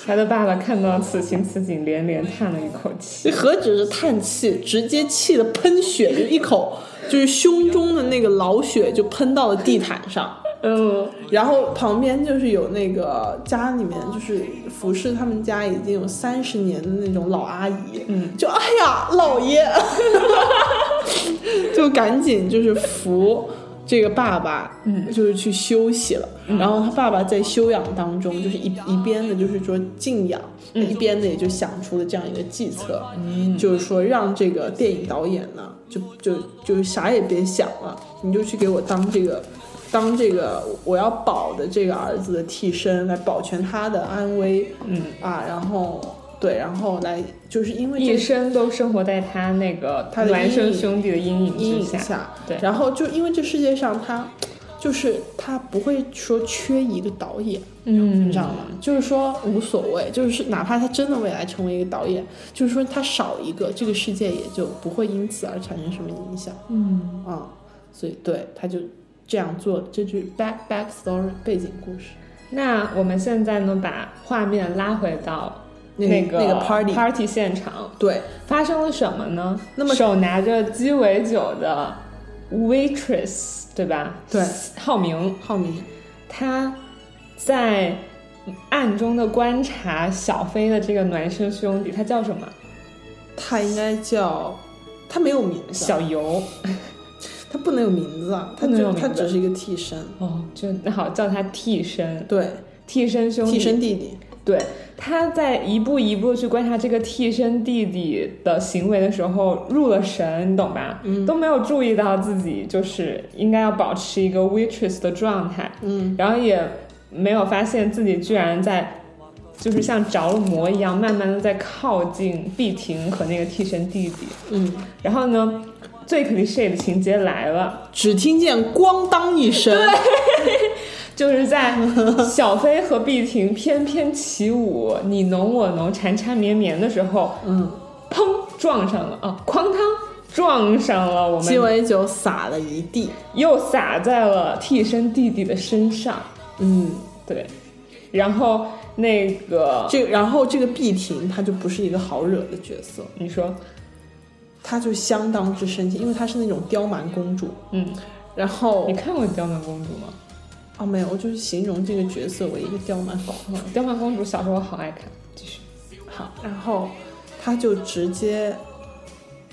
S4: 他的爸爸看到此情此景，连连叹了一口气。
S5: 这何止是叹气，直接气得喷血，就一口就是胸中的那个老血就喷到了地毯上。
S4: 嗯
S5: 然后旁边就是有那个家里面就是服侍他们家已经有三十年的那种老阿姨，
S4: 嗯，
S5: 就哎呀老爷，就赶紧就是扶这个爸爸，嗯，就是去休息了。然后他爸爸在休养当中，就是一一边的就是说静养，一边的也就想出了这样一个计策，嗯，就是说让这个电影导演呢，就就就啥也别想了，你就去给我当这个。当这个我要保的这个儿子的替身来保全他的安危，嗯啊，然后对，然后来就是因为这
S4: 一
S5: 个
S4: 生都生活在他那个
S5: 他的阴
S4: 孪
S5: 影
S4: 生兄弟的阴影
S5: 阴
S4: 之
S5: 影下，
S4: 对
S5: 然后就因为这世界上他就是他不会说缺一个导演，
S4: 嗯
S5: 你知道吗？就是说无所谓，就是哪怕他真的未来成为一个导演，就是说他少一个，这个世界也就不会因此而产生什么影响
S4: 嗯，
S5: 啊、所以对，他就这样做，这就是 back back story 背景故事。
S4: 那我们现在呢，把画面拉回到
S5: 那
S4: 那个
S5: 那个 party，
S4: party 现场
S5: 对，
S4: 发生了什么呢？
S5: 那么
S4: 手拿着鸡尾酒的 waitress 对吧？
S5: 对
S4: 浩明
S5: 浩明，
S4: 他在暗中的观察小飞的这个孪生兄弟，他叫什么？
S5: 他应该叫他没有名字啊，
S4: 小游
S5: 他不能有名字啊，他
S4: 不能
S5: 就
S4: 有
S5: 他
S4: 名字
S5: 只是一个替身，
S4: 哦，就那好叫他替身，
S5: 对，
S4: 替身兄弟，
S5: 替身弟弟，
S4: 对，他在一步一步去观察这个替身弟弟的行为的时候，入了神，你懂吧？嗯，都没有注意到自己就是应该要保持一个 waitress 的状态，
S5: 嗯，
S4: 然后也没有发现自己居然在，就是像着了魔一样，慢慢的在靠近碧婷和那个替身弟弟。
S5: 嗯，
S4: 然后呢，最 cliche 的情节来了。
S5: 只听见咣当一声，
S4: 就是 在小飞和碧婷翩翩起舞，你侬我侬，缠缠绵绵的时候，
S5: 嗯，
S4: 砰撞上了啊，哐当撞上了，我
S5: 鸡
S4: 们
S5: 尾酒洒了一地，
S4: 又洒在了替身弟弟的身上，
S5: 嗯，
S4: 对，然后那个
S5: 这然后这个碧婷她就不是一个好惹的角色，
S4: 你说，
S5: 她就相当之生气，因为她是那种刁蛮公主，
S4: 嗯，
S5: 然后
S4: 你看过《刁蛮公主》吗？
S5: 哦没有，我就是形容这个角色为一个刁蛮公主
S4: 嗯，，《刁蛮公主》小时候我好爱看，继续，
S5: 好，然后她就直接，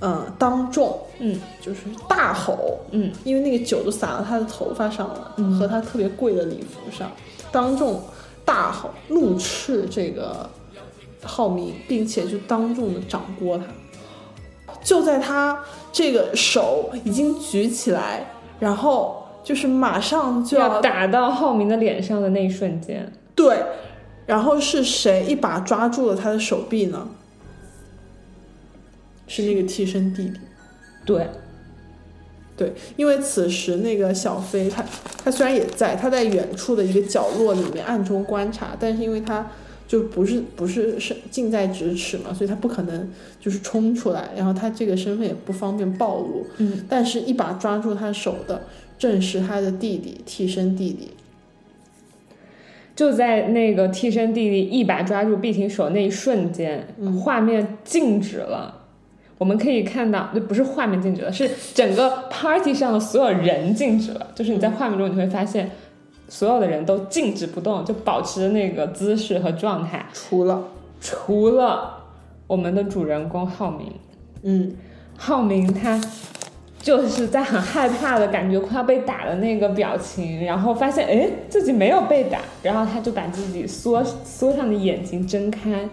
S5: 嗯，当众
S4: 嗯
S5: 就是大吼，
S4: 嗯，
S5: 因为那个酒都洒到她的头发上了，和她特别贵的礼服上，当众大吼怒斥这个浩明，并且就当众的掌掴他。就在他这个手已经举起来，然后就是马上就
S4: 要打到浩明的脸上的那一瞬间，
S5: 对，然后是谁一把抓住了他的手臂呢？是那个替身弟弟。
S4: 对，
S5: 对，因为此时那个小飞他他虽然也在，他在远处的一个角落里面暗中观察，但是因为他就不是不是是近在咫尺嘛，所以他不可能就是冲出来，然后他这个身份也不方便暴露。
S4: 嗯，
S5: 但是一把抓住他手的正是他的弟弟，替身弟弟。
S4: 就在那个替身弟弟一把抓住碧婷手那一瞬间，画面静止了。我们可以看到，就不是画面静止了，是整个 party 上的所有人静止了。就是你在画面中，你会发现所有的人都静止不动，就保持着那个姿势和状态，
S5: 除了，
S4: 除了我们的主人公浩明。
S5: 嗯，
S4: 浩明他就是在很害怕的感觉，快要被打的那个表情，然后发现哎自己没有被打，然后他就把自己缩缩上的眼睛睁开，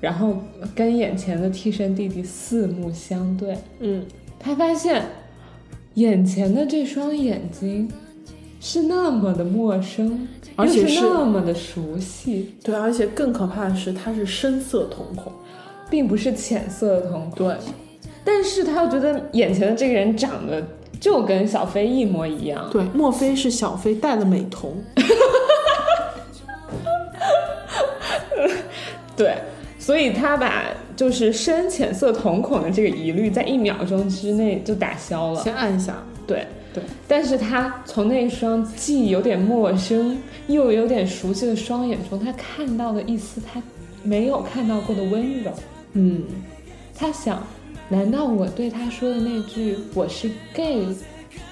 S4: 然后跟眼前的替身弟弟四目相对，
S5: 嗯，
S4: 他发现眼前的这双眼睛是那么的陌生，
S5: 而且
S4: 又
S5: 是
S4: 是那么的熟悉，
S5: 对，而且更可怕的是，他是深色瞳孔。
S4: 并不是浅色的瞳孔。
S5: 对，
S4: 但是他又觉得眼前的这个人长得就跟小飞一模一样，
S5: 对，莫非是小飞戴了美瞳？
S4: 对，所以他把就是深浅色瞳孔的这个疑虑在一秒钟之内就打消了，
S5: 先按一下。
S4: 对
S5: 对。
S4: 但是他从那双既有点陌生又有点熟悉的双眼中，他看到了一丝他没有看到过的温柔。
S5: 嗯，
S4: 他想，难道我对他说的那句“我是 gay”，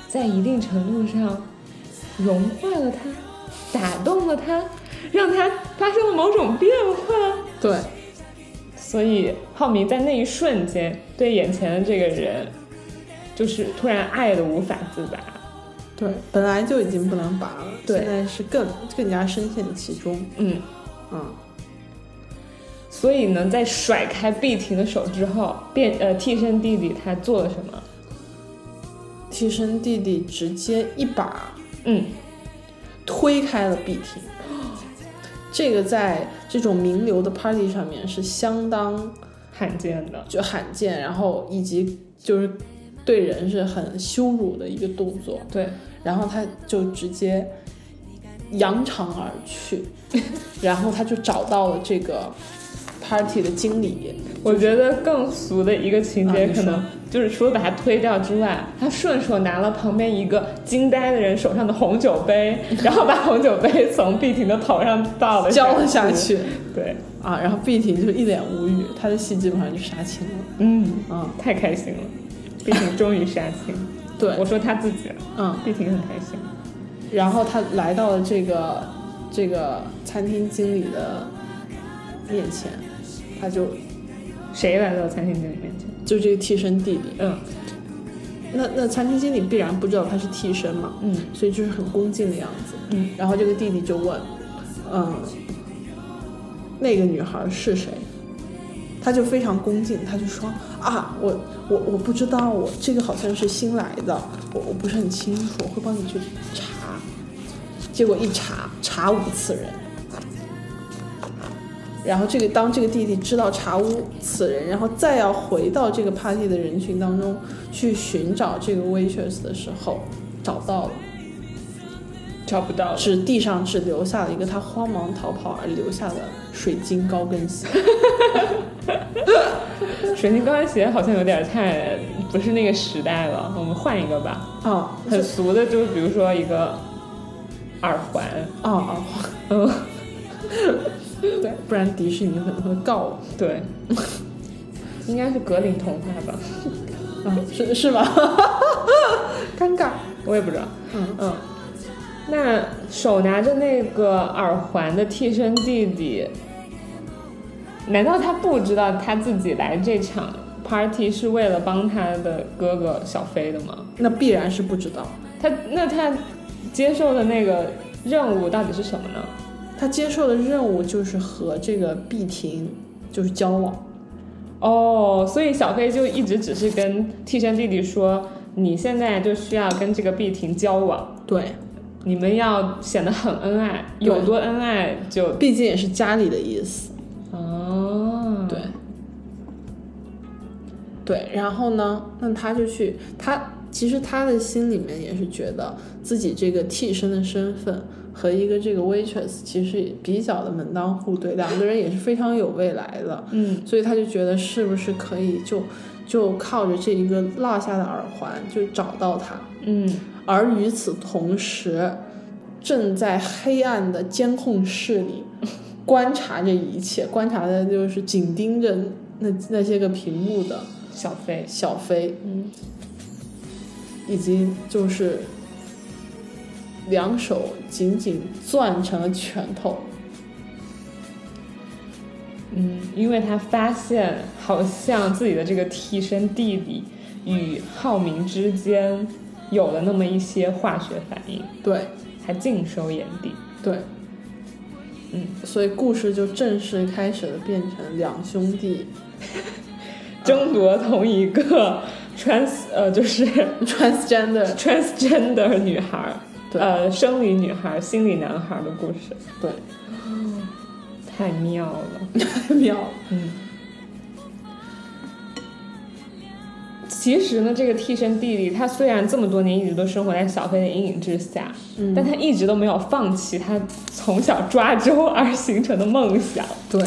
S4: 在一定程度上融化了他，打动了他，让他发生了某种变化？
S5: 对，
S4: 所以浩明在那一瞬间对眼前的这个人，就是突然爱的无法自拔。
S5: 对，本来就已经不能拔了，
S4: 对
S5: 现在是更更加深陷其中。
S4: 嗯，
S5: 嗯，
S4: 所以呢，在甩开碧婷的手之后，变呃替身弟弟他做了什么？
S5: 替身弟弟直接一把
S4: 嗯，
S5: 推开了碧婷，这个在这种名流的 party 上面是相当
S4: 罕见的。
S5: 就罕见，然后以及就是对人是很羞辱的一个动作。
S4: 对，
S5: 然后他就直接扬长而去， 然后他就找到了这个 party 的经理，
S4: 我觉得更俗的一个情节
S5: 啊，你
S4: 可
S5: 说
S4: 能就是除了把他推掉之外，他顺手拿了旁边一个惊呆的人手上的红 酒杯，然后把红酒杯从碧婷的头上倒了
S5: 浇了
S4: 下
S5: 下
S4: 去。
S5: 去。
S4: 对，
S5: 啊，然后碧婷就一脸无语，她的戏基本上就杀青了。
S4: 嗯，
S5: 嗯，
S4: 太开心了，碧婷终于杀青。
S5: 对
S4: 我，说她自己，
S5: 嗯，
S4: 碧婷很开心。
S5: 然后她来到了这个这个餐厅经理的面前，她就
S4: 谁来到餐厅经理面前？
S5: 就这个替身弟弟，
S4: 嗯
S5: 那那餐厅经理必然不知道他是替身嘛，
S4: 嗯
S5: 所以就是很恭敬的样子。
S4: 嗯，
S5: 然后这个弟弟就问，嗯，那个女孩是谁？他就非常恭敬，他就说啊，我我我不知道，我这个好像是新来的，我我不是很清楚，我会帮你去查。结果一查，查无此人。然后这个当这个弟弟知道查无此人，然后再要回到这个 party 的人群当中去寻找这个 waitress 的时候，找到了，
S4: 找不到了。
S5: 只地上只留下了一个他慌忙逃跑而留下的水晶高跟鞋。
S4: 水晶高跟鞋好像有点太不是那个时代了，我们换一个吧。
S5: 哦，
S4: 很俗的，就是比如说一个耳环，
S5: 哦哦，
S4: 嗯，
S5: 对，不然迪士尼可能会告我。
S4: 对，应该是格林童话吧，
S5: 嗯，是是吧？ 尴尬。
S4: 我也不知道。
S5: 嗯
S4: 嗯，那手拿着那个耳环的替身弟弟，难道他不知道他自己来这场 party 是为了帮他的哥哥小飞的吗？
S5: 那必然是不知道，
S4: 他那他接受的那个任务到底是什么呢？
S5: 他接受的任务就是和这个碧婷就是交往。
S4: 哦，所以小飞就一直只是跟替身弟弟说，你现在就需要跟这个碧婷交往，
S5: 对，
S4: 你们要显得很恩爱，
S5: 对
S4: 有多恩爱就
S5: 毕竟也是家里的意思。
S4: 哦，
S5: 对，对，然后呢，那他就去，他其实他的心里面也是觉得自己这个替身的身份和一个这个 waitress 其实也比较的门当户对，两个人也是非常有未来的，
S4: 嗯，
S5: 所以他就觉得是不是可以就就靠着这一个落下的耳环就找到他，
S4: 嗯，
S5: 而与此同时，正在黑暗的监控室 里观察着一切，观察的就是紧盯着那那些个屏幕的
S4: 小飞，
S5: 小飞，
S4: 嗯，
S5: 以及就是两手紧紧攥成了拳头。
S4: 嗯，因为他发现好像自己的这个替身弟弟与浩明之间有了那么一些化学反应，
S5: 对
S4: 才尽收眼底。
S5: 对，
S4: 嗯，
S5: 所以故事就正式开始了，变成两兄弟
S4: 争夺同一个 trans 呃就是
S5: transgender。
S4: transgender 女孩儿，
S5: 对
S4: 呃生理女孩儿、心理男孩儿的故事，
S5: 对，
S4: 太妙了。
S5: 太妙了。
S4: 其实呢，这个替身弟弟他虽然这么多年一直都生活在小飞的阴影之下，但他一直都没有放弃他从小抓周而形成的梦想。
S5: 对，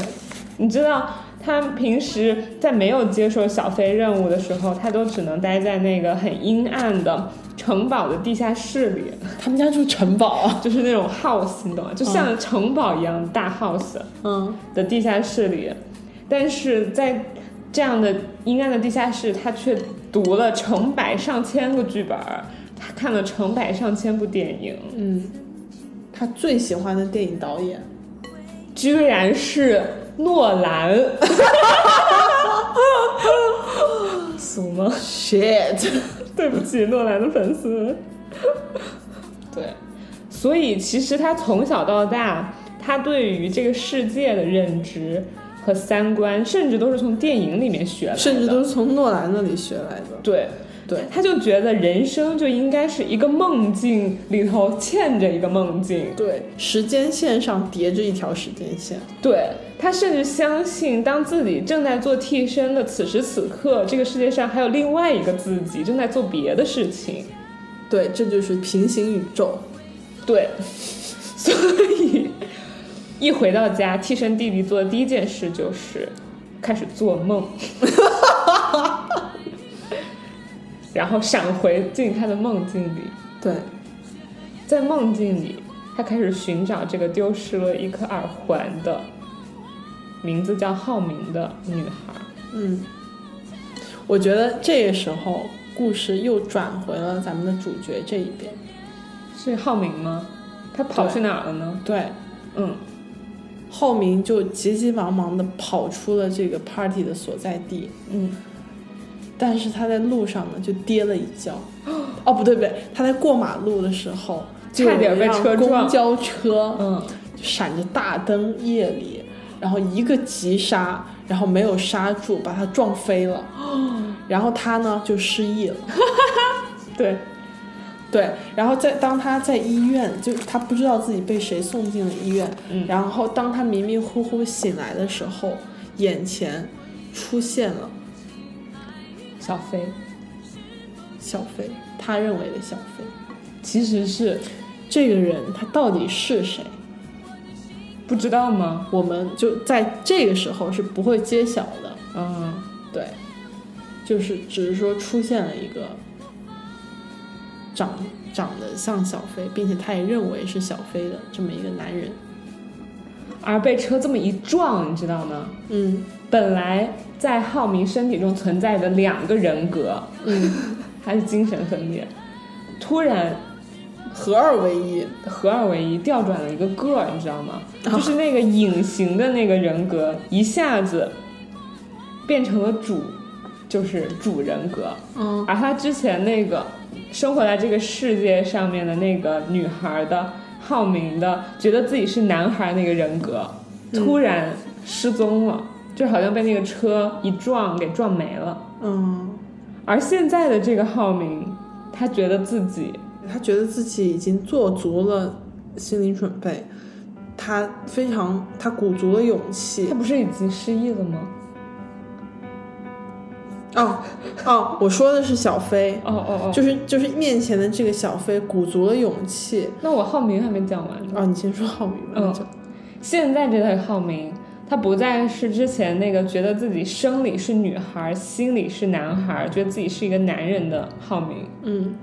S4: 你知道，他平时在没有接受小飞任务的时候，他都只能待在那个很阴暗的城堡的地下室里，
S5: 他们家住城堡啊。
S4: 就是那种 house，你懂吗？就像城堡一样的大 house
S5: 嗯，
S4: 的地下室里。但是在这样的阴暗的地下室，他却读了成百上千个剧本儿，他看了成百上千部电影，
S5: 他最喜欢的电影导演，
S4: 居然是诺兰，俗吗？
S5: shit，
S4: 对不起，诺兰的粉丝。对，所以其实他从小到大，他对于这个世界的认知和三观，甚至都是从电影里面学来的，
S5: 甚至都是从诺兰那里学来的。
S4: 对。
S5: 对
S4: 他就觉得人生就应该是一个梦境里头嵌着一个梦境，
S5: 对，时间线上叠着一条时间线。
S4: 对他甚至相信，当自己正在做替身的此时此刻，这个世界上还有另外一个自己正在做别的事情。
S5: 对，这就是平行宇宙。
S4: 对，所以一回到家，替身弟弟做的第一件事就是开始做梦， 然后闪回进他的梦境里，
S5: 对，
S4: 在梦境里，他开始寻找这个丢失了一颗耳环的名字叫浩明的女孩。
S5: 嗯，我觉得这个时候故事又转回了咱们的主角这一边。
S4: 是浩明吗？他跑去哪儿了呢？
S5: 对，
S4: 嗯，
S5: 浩明就急急忙忙的跑出了这个 party 的所在地。
S4: 嗯，
S5: 但是他在路上呢就跌了一跤。 哦，不对不对，他在过马路的时候，就有
S4: 差点被
S5: 一辆
S4: 车撞
S5: 公交车，
S4: 嗯，
S5: 闪着大灯夜里，然后一个急刹，然后没有刹住，把他撞飞 了。然后他呢就失 忆了。
S4: 对，
S5: 对，然后在当他在医院，就他不知道自己被谁送进了医院，
S4: 嗯
S5: 然后当他迷迷糊糊醒来的时候，眼前出现了
S4: 小飞
S5: 小飞，他认为的小飞，
S4: 其实是
S5: 这个人他到底是谁？
S4: 不知道吗？
S5: 我们就在这个时候是不会揭晓的，
S4: 嗯，
S5: 对，就是只是说出现了一个长长得像小飞，并且他也认为是小飞的这么一个男人，
S4: 而被车这么一撞，你知道吗？
S5: 嗯。
S4: 本来在浩明身体中存在的两个人格，嗯， 还是精神分裂，突然
S5: 合二为一，
S4: 合二为一，调转了一个个儿，你知道吗？就是那个隐形的那个人格一下子变成了主，就是主人格。
S5: 嗯，
S4: 而他之前那个生活在这个世界上面的那个女孩的浩明的，觉得自己是男孩那个人格，突然失踪了，就好像被那个车一撞给撞没了。
S5: 嗯，
S4: 而现在的这个浩明，他觉得自己
S5: 他觉得自己已经做足了心理准备，他非常他鼓足了勇气
S4: 他。不是已经失忆了吗？
S5: 哦哦，我说的是小飞，
S4: 哦哦哦，
S5: 就是就是面前的这个小飞鼓足了勇气。
S4: 那我浩明还没讲完呢。
S5: 哦，你先说浩宇吧。
S4: 嗯
S5: 那就
S4: 现在这个浩明，他不再是之前那个觉得自己生理是女孩，心里是男孩，觉得自己是一个男人的浩明。
S5: 嗯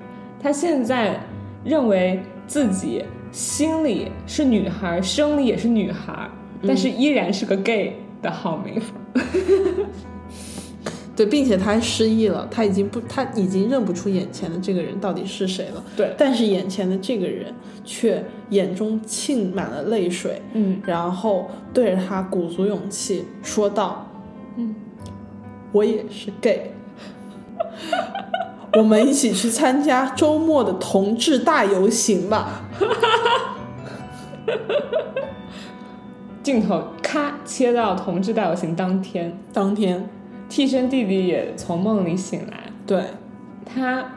S4: 他现在认为自己心里是女孩，生理也是女孩，但是依然是个 gay 的浩明。
S5: 对，并且他还失忆了，他已经不，他已经认不出眼前的这个人到底是谁了。
S4: 对
S5: 但是眼前的这个人却眼中沁满了泪水，
S4: 嗯，
S5: 然后对着他鼓足勇气说道：“
S4: 嗯，
S5: 我也是 gay，我们一起去参加周末的同志大游行吧。
S4: 镜头咔切到同志大游行当天，”
S5: 当天，
S4: 替身弟弟也从梦里醒来，
S5: 对，
S4: 他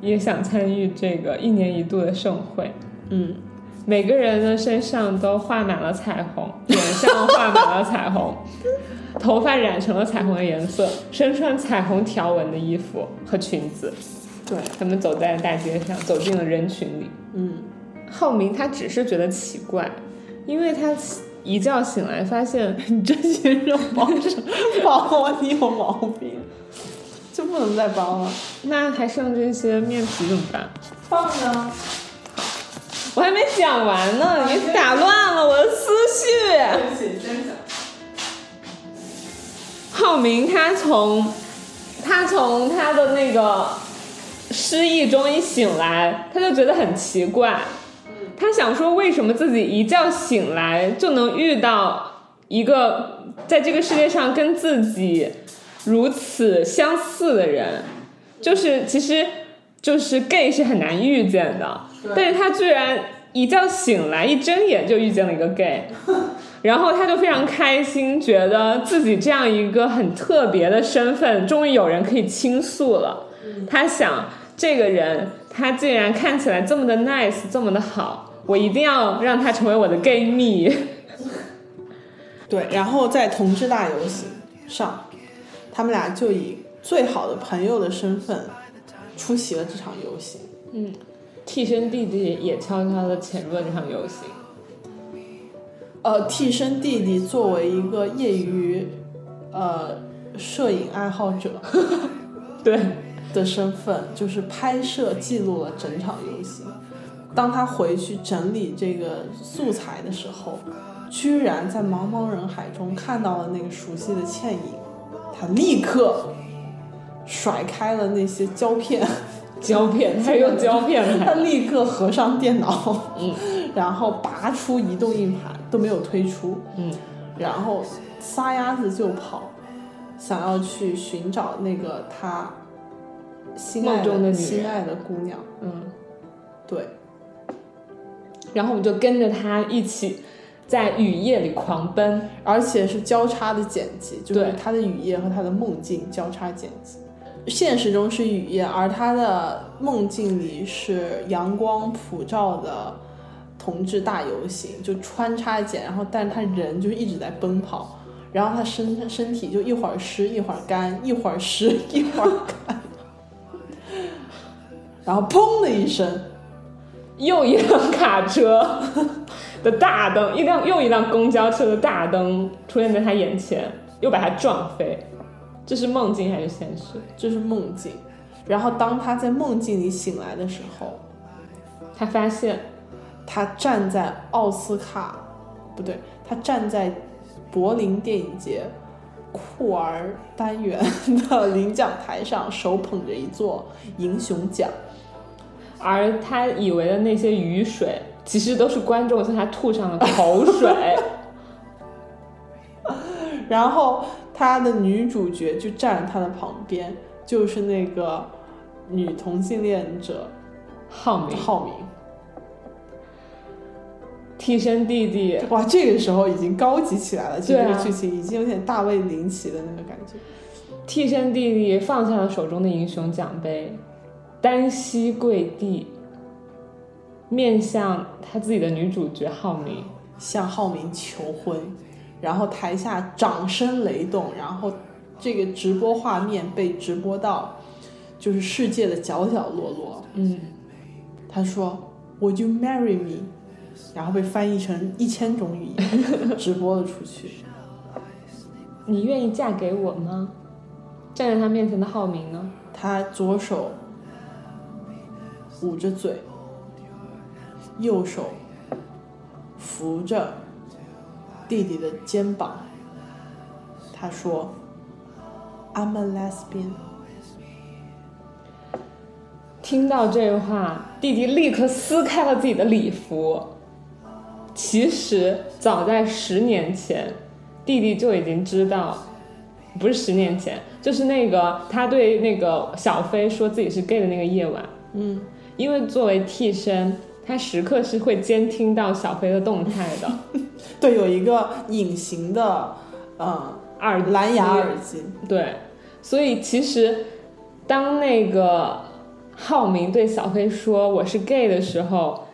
S4: 也想参与这个一年一度的盛会。
S5: 嗯，
S4: 每个人的身上都画满了彩虹， 脸上画满了彩虹，头发染成了彩虹的颜色，身穿彩虹条纹的衣服和裙子。
S5: 对，
S4: 他们走在大街上，走进了人群里。
S5: 嗯，
S4: 浩明他只是觉得奇怪，因为他一觉醒来发现 你这些肉包上，
S5: 帮我，你有毛病，就不能再帮了。
S4: 那还剩这些面皮怎么办？
S5: 放呢？
S4: 我还没讲完呢，你打乱了我的思绪。
S5: 不起，真的。
S4: 浩明他从他从他的那个失忆中一醒来，他就觉得很奇怪，
S5: 嗯
S4: 他想说为什么自己一觉醒来就能遇到一个在这个世界上跟自己如此相似的人，就是其实就是 gay 是很难遇见的，但是他居然一觉醒来一睁眼就遇见了一个 gay。然后他就非常开心，觉得自己这样一个很特别的身份，终于有人可以倾诉了。他想，这个人他竟然看起来这么的 nice，这么的好，我一定要让他成为我的 gay 蜜。
S5: 对，然后在同志大游行上，他们俩就以最好的朋友的身份出席了这场游行。
S4: 替身弟弟也悄悄的潜入了这场游行，
S5: 呃，替身弟弟作为一个业余呃摄影爱好者
S4: 对，
S5: 的身份，就是拍摄记录了整场游行。当他回去整理这个素材的时候，居然在茫茫人海中看到了那个熟悉的倩影，他立刻甩开了那些胶片，
S4: 胶 片，他用胶片嗯
S5: 他
S4: 来，
S5: 立刻合上电脑，然后拔出移动硬盘，都没有推出，
S4: 嗯，
S5: 然后撒丫子就跑，想要去寻找那个他心爱
S4: 梦中的女人
S5: 心爱的姑娘，
S4: 嗯，
S5: 对，
S4: 然后我们就跟着他一起在雨夜里狂奔，
S5: 而且是交叉的剪辑，就是
S4: 对
S5: 他的雨夜和他的梦境交叉剪辑。现实中是雨夜，而他的梦境里是阳光普照的同志大游行，就穿插剪，然后但是他人就一直在奔跑，然后他身身体就一会儿湿一会儿干，一会儿湿一会儿干，然后砰的一声，
S4: 又一辆卡车的大灯，一辆又一辆公交车的大灯出现在他眼前，又把他撞飞。这是梦境还是现实？
S5: 这是梦境。然后当他在梦境里醒来的时候，
S4: 他发现
S5: 他站在奥斯卡，不对，他站在柏林电影节酷儿单元的领奖台上，手捧着一座银熊奖。
S4: 而他以为的那些雨水，其实都是观众向他吐上的口水。
S5: 然后他的女主角就站在他的旁边，就是那个女同性恋者
S4: 浩明
S5: 浩明。
S4: 替身弟弟，
S5: 哇，这个时候已经高级起来了，其实
S4: 对
S5: 这
S4: 啊
S5: 个剧情已经有点大卫林奇的那个感觉。
S4: 替身弟弟放下了手中的英雄奖杯，单膝跪地，面向他自己的女主角浩明。
S5: 向浩明求婚，然后台下掌声雷动，然后这个直播画面被直播到就是世界的角角落落。
S4: 嗯，
S5: 他说：“Would you marry me？” 然后被翻译成一千种语言， 直播了出去。
S4: 你愿意嫁给我吗？站在他面前的浩明呢？
S5: 他左手捂着嘴，右手扶着弟弟的肩膀。他说：“I'm a lesbian。
S4: 听到这话，弟弟立刻撕开了自己的礼服。其实早在十年前，弟弟就已经知道，不是十年前，就是那个他对那个小飞说自己是 gay 的那个夜晚，”
S5: 嗯，
S4: 因为作为替身，他时刻是会监听到小飞的动态的。
S5: 对，有一个隐形的，呃，
S4: 耳
S5: 蓝牙
S4: 机
S5: 耳机。
S4: 对，所以其实当那个浩明对小飞说我是 gay 的时候，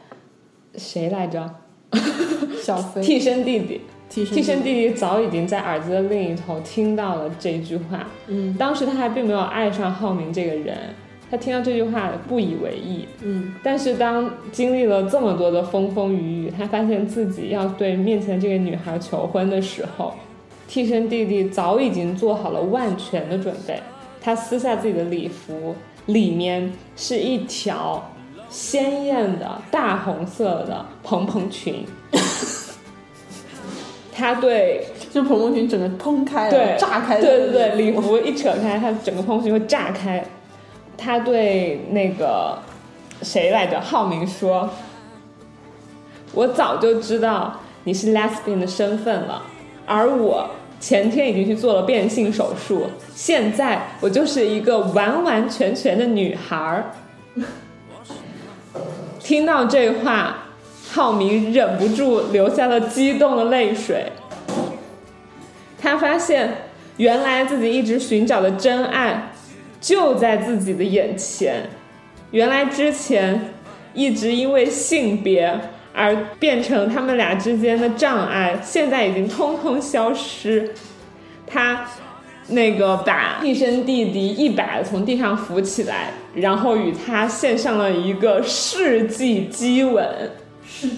S4: 谁来着？
S5: 小飞
S4: 替身弟弟，
S5: 替身
S4: 替身弟弟早已经在耳机的另一头听到了这句话。
S5: 嗯
S4: 当时他还并没有爱上浩明这个人，他听到这句话不以为意。
S5: 嗯，
S4: 但是当经历了这么多的风风雨雨，他发现自己要对面前这个女孩求婚的时候，替身弟弟早已经做好了万全的准备。他撕下自己的礼服，里面是一条鲜艳的大红色的蓬蓬裙。他对
S5: 就彭梦群整个砰开了，
S4: 对，
S5: 炸开了，
S4: 对对对，礼服一扯开，它整个蓬裙会炸开。他对那个谁来着，浩明说：“我早就知道你是 lesbian 的身份了，而我前天已经去做了变性手术，现在我就是一个完完全全的女孩儿。”听到这话，浩明忍不住流下了激动的泪水。他发现，原来自己一直寻找的真爱就在自己的眼前。原来之前一直因为性别而变成他们俩之间的障碍，现在已经通通消失。他那个把替身弟弟一把从地上扶起来，然后与他献上了一个世纪激吻。
S5: 是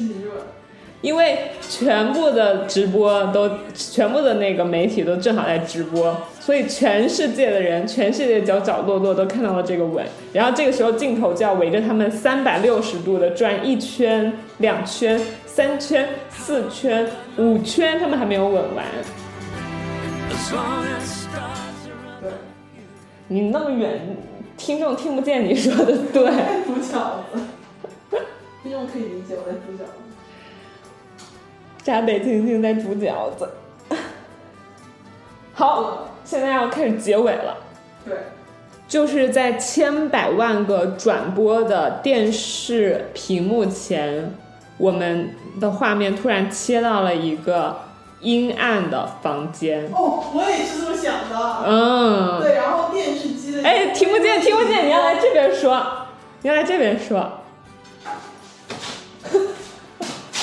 S4: 因为全部的直播都，全部的那个媒体都正好在直播，所以全世界的人，全世界角角落落都看到了这个吻。然后这个时候镜头就要围着他们三百六十度的转一圈、两圈、三圈、四圈、五圈，他们还没有吻完。你那么远，听众听不见你说的对。
S5: 猪饺子，听众可以理解我在猪饺子。
S4: 扎北青青在煮饺子。 好，现在要开始结尾了。
S5: 对，
S4: 就是在千百万个转播的电视屏幕前，我们的画面突然切到了一个阴暗的房间。
S5: 哦，我也是这么想的。
S4: 嗯，
S5: 哦对，然后电视机的
S4: 哎，听不见，听不见，你要来这边说，你要来这边说。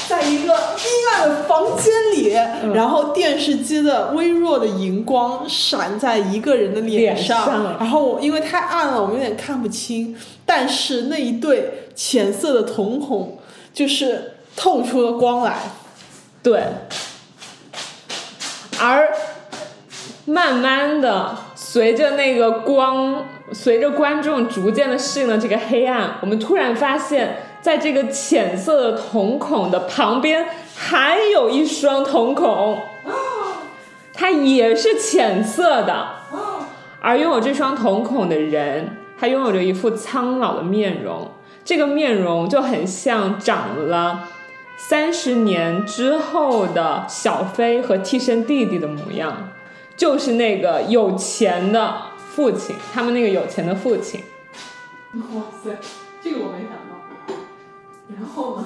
S5: 在一个阴暗的房间里，
S4: 嗯
S5: 然后电视机的微弱的荧光闪在一个人的脸上，
S4: 脸上
S5: 然后我因为太暗了，我们有点看不清，但是那一对浅色的瞳孔就是透出了光来。
S4: 对，而慢慢的，随着那个光，随着观众逐渐的适应了这个黑暗，我们突然发现，在这个浅色的瞳孔的旁边，还有一双瞳孔，它也是浅色的。而拥有这双瞳孔的人，他拥有着一副苍老的面容，这个面容就很像长了。三十年之后的小飞和替身弟弟的模样，就是那个有钱的父亲，他们那个有钱的父亲。
S5: 哇塞，这个我没想到。然后呢？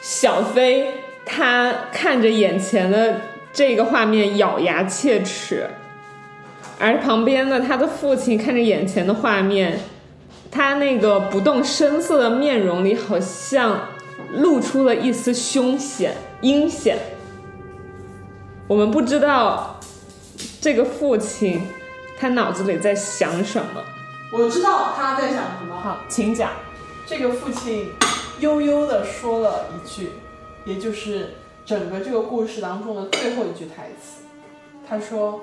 S4: 小飞他看着眼前的这个画面咬牙切齿，而旁边的他的父亲看着眼前的画面，他那个不动声色的面容里好像露出了一丝凶险、阴险。我们不知道这个父亲他脑子里在想什么。
S5: 我知道他在想什么。
S4: 好，请讲。
S5: 这个父亲悠悠地说了一句，也就是整个这个故事当中的最后一句台词。他说：“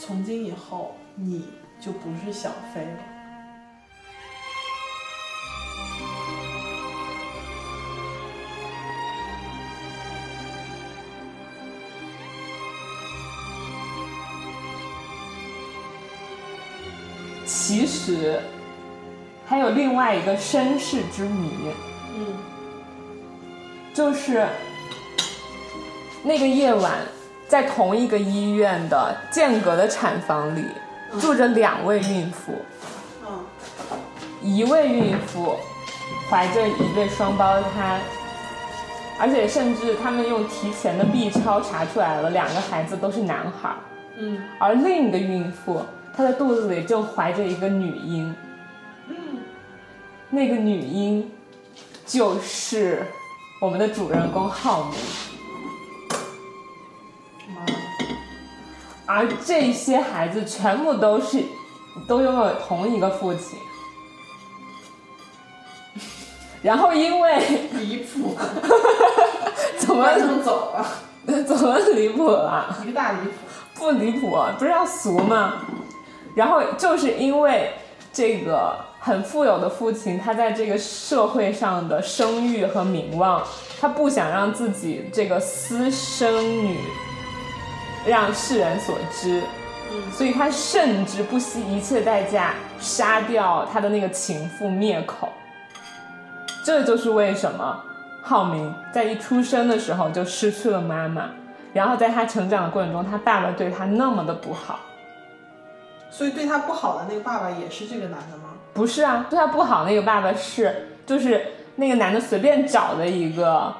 S5: 从今以后，你就不是小飞了。”
S4: 其实还有另外一个身世之谜，
S5: 嗯，
S4: 就是那个夜晚，在同一个医院的间隔的产房里，住着两位孕妇，
S5: 嗯，
S4: 一位孕妇怀着一对双胞胎，而且甚至他们用提前的 B 超查出来了，两个孩子都是男孩儿。
S5: 嗯，
S4: 而另一个孕妇，她的肚子里就怀着一个女婴。嗯，那个女婴就是我们的主人公浩明。而这些孩子全部都是都拥有同一个父亲。 然后因为
S5: 离 谱，
S4: 怎么
S5: 观众走了，
S4: 怎么离谱了？ 啊
S5: 一个大离谱。
S4: 不离谱，不是要俗吗？然后就是因为这个很富有的父亲，他在这个社会上的声誉和名望，他不想让自己这个私生女让世人所知，所以他甚至不惜一切代价杀掉他的那个情妇灭口。这就是为什么浩明在一出生的时候就失去了妈妈，然后在他成长的过程中，他爸爸对他那么的不好。
S5: 所以对他不好的那个爸爸也是这个男的吗？
S4: 不是啊，对他不好那个爸爸是，就是那个男的随便找的一个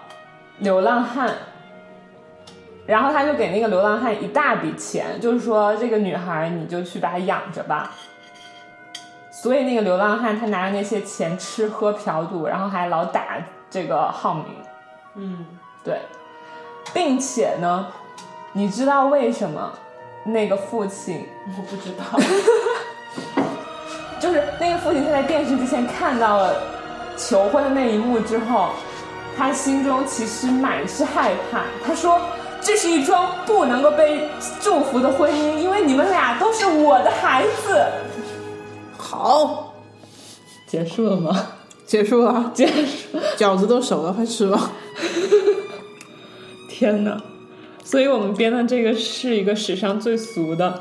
S4: 流浪汉，然后他就给那个流浪汉一大笔钱，就是说这个女孩你就去把她养着吧。所以那个流浪汉他拿着那些钱吃喝嫖赌，然后还老打这个浩明，
S5: 嗯，
S4: 对，并且呢，你知道为什么那个父亲
S5: 我不知道。
S4: 就是那个父亲，他在电视机前看到了求婚的那一幕之后，他心中其实满是害怕。他说：“这是一桩不能够被祝福的婚姻，因为你们俩都是我的孩子。
S5: 好，”
S4: 结束了吗？
S5: 结束了，
S4: 结束。
S5: 饺子都熟了，快吃吧。
S4: 天哪！所以我们编的这个是一个史上最俗的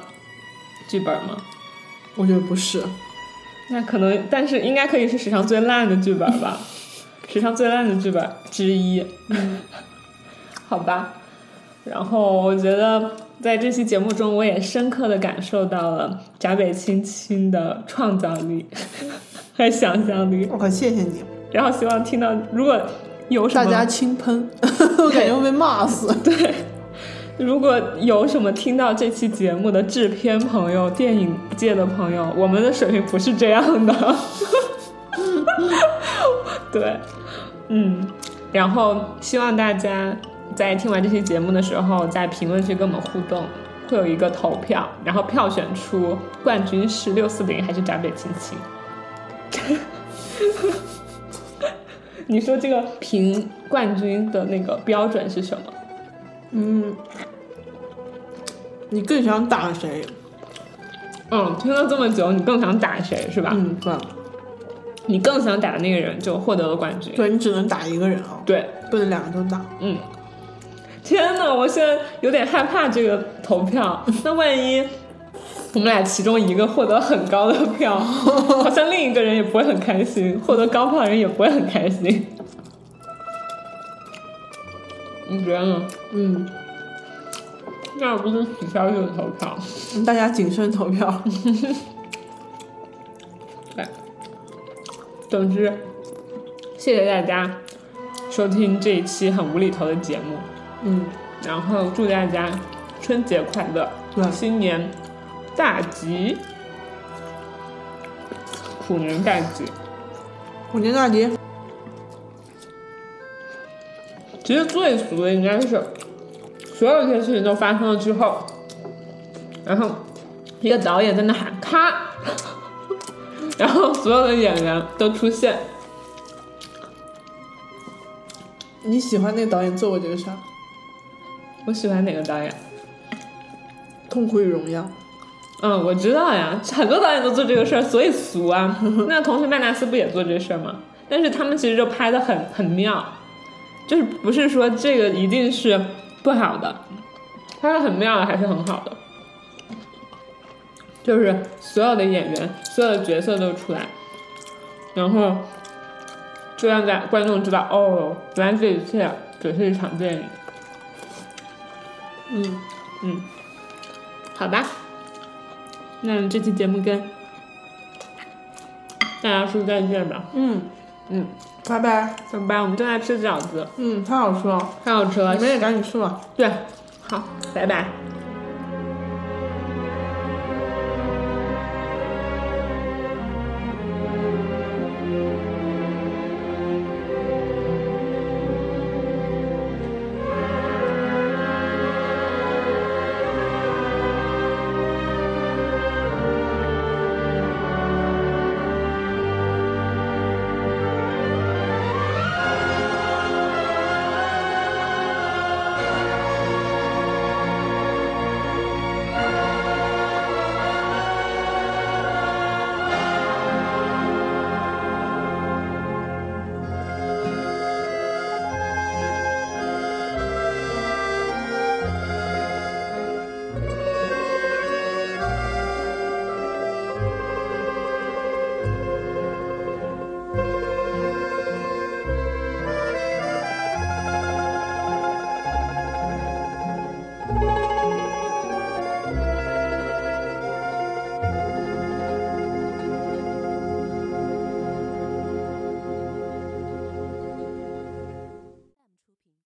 S4: 剧本吗？
S5: 我觉得不是，
S4: 那可能，但是应该可以是史上最烂的剧本吧，史上最烂的剧本之一。
S5: 嗯
S4: 好吧，然后我觉得在这期节目中，我也深刻的感受到了闸北青青的创造力
S5: 嗯
S4: 和想象力。
S5: 我可谢谢你，
S4: 然后希望听到，如果有什
S5: 大
S4: 么
S5: 家轻 喷，我感觉会被骂死。
S4: 对，如果有什么听到这期节目的制片朋友、电影界的朋友，我们的水平不是这样的。 对，嗯，然后希望大家在听完这期节目的时候，在评论区跟我们互动，会有一个投票，然后票选出冠军是六四零还是闸北青青。 你说这个评冠军的那个标准是什么？
S5: 嗯，你更想打谁？
S4: 嗯，听了这么久，你更想打谁是吧？
S5: 嗯，对，
S4: 你更想打的那个人就获得了冠军。
S5: 对你只能打一个人哦，
S4: 对
S5: 不能两个都打。
S4: 嗯。天呐，我现在有点害怕这个投 票。那万一我们俩其中一个获得很高的 票，好像另一个人也不会很开心，获得高票的人也不会很开心。你觉得呢？
S5: 嗯，
S4: 那我不就取消这个投票？
S5: 嗯
S4: 嗯
S5: 大家谨慎投票。
S4: 对，总之，谢谢大家收听这一期很无厘头的节目，
S5: 嗯，
S4: 然后祝大家春节快乐，
S5: 对
S4: 新年大吉，虎年大吉。
S5: 虎年大吉。
S4: 其实最俗的应该是，所有这些事情都发生了之后，然后一个导演在那喊咔， 然后所有的演员都出现。
S5: 你喜欢那个导演做过这个啥？
S4: 我喜欢哪个导演？
S5: 《痛苦与荣耀》。
S4: 嗯，我知道呀，很多导演都做这个事儿，所以俗啊。那同时，麦纳斯不也做这事儿吗？但是他们其实就拍的很很妙，就是不是说这个一定是不好的，拍的很妙还是很好的，就是所有的演员、所有的角色都出来，然后就让大观众知道，哦，原来这一切只是一场电影。
S5: 嗯，
S4: 好吧，那这期节目跟大家说再见吧。
S5: 嗯
S4: 嗯，
S5: 拜拜。
S4: 怎么办？我们正在吃饺子，
S5: 嗯，太好吃了，
S4: 太好吃了
S5: 你。们也赶紧去吧。
S4: 对，好，拜拜。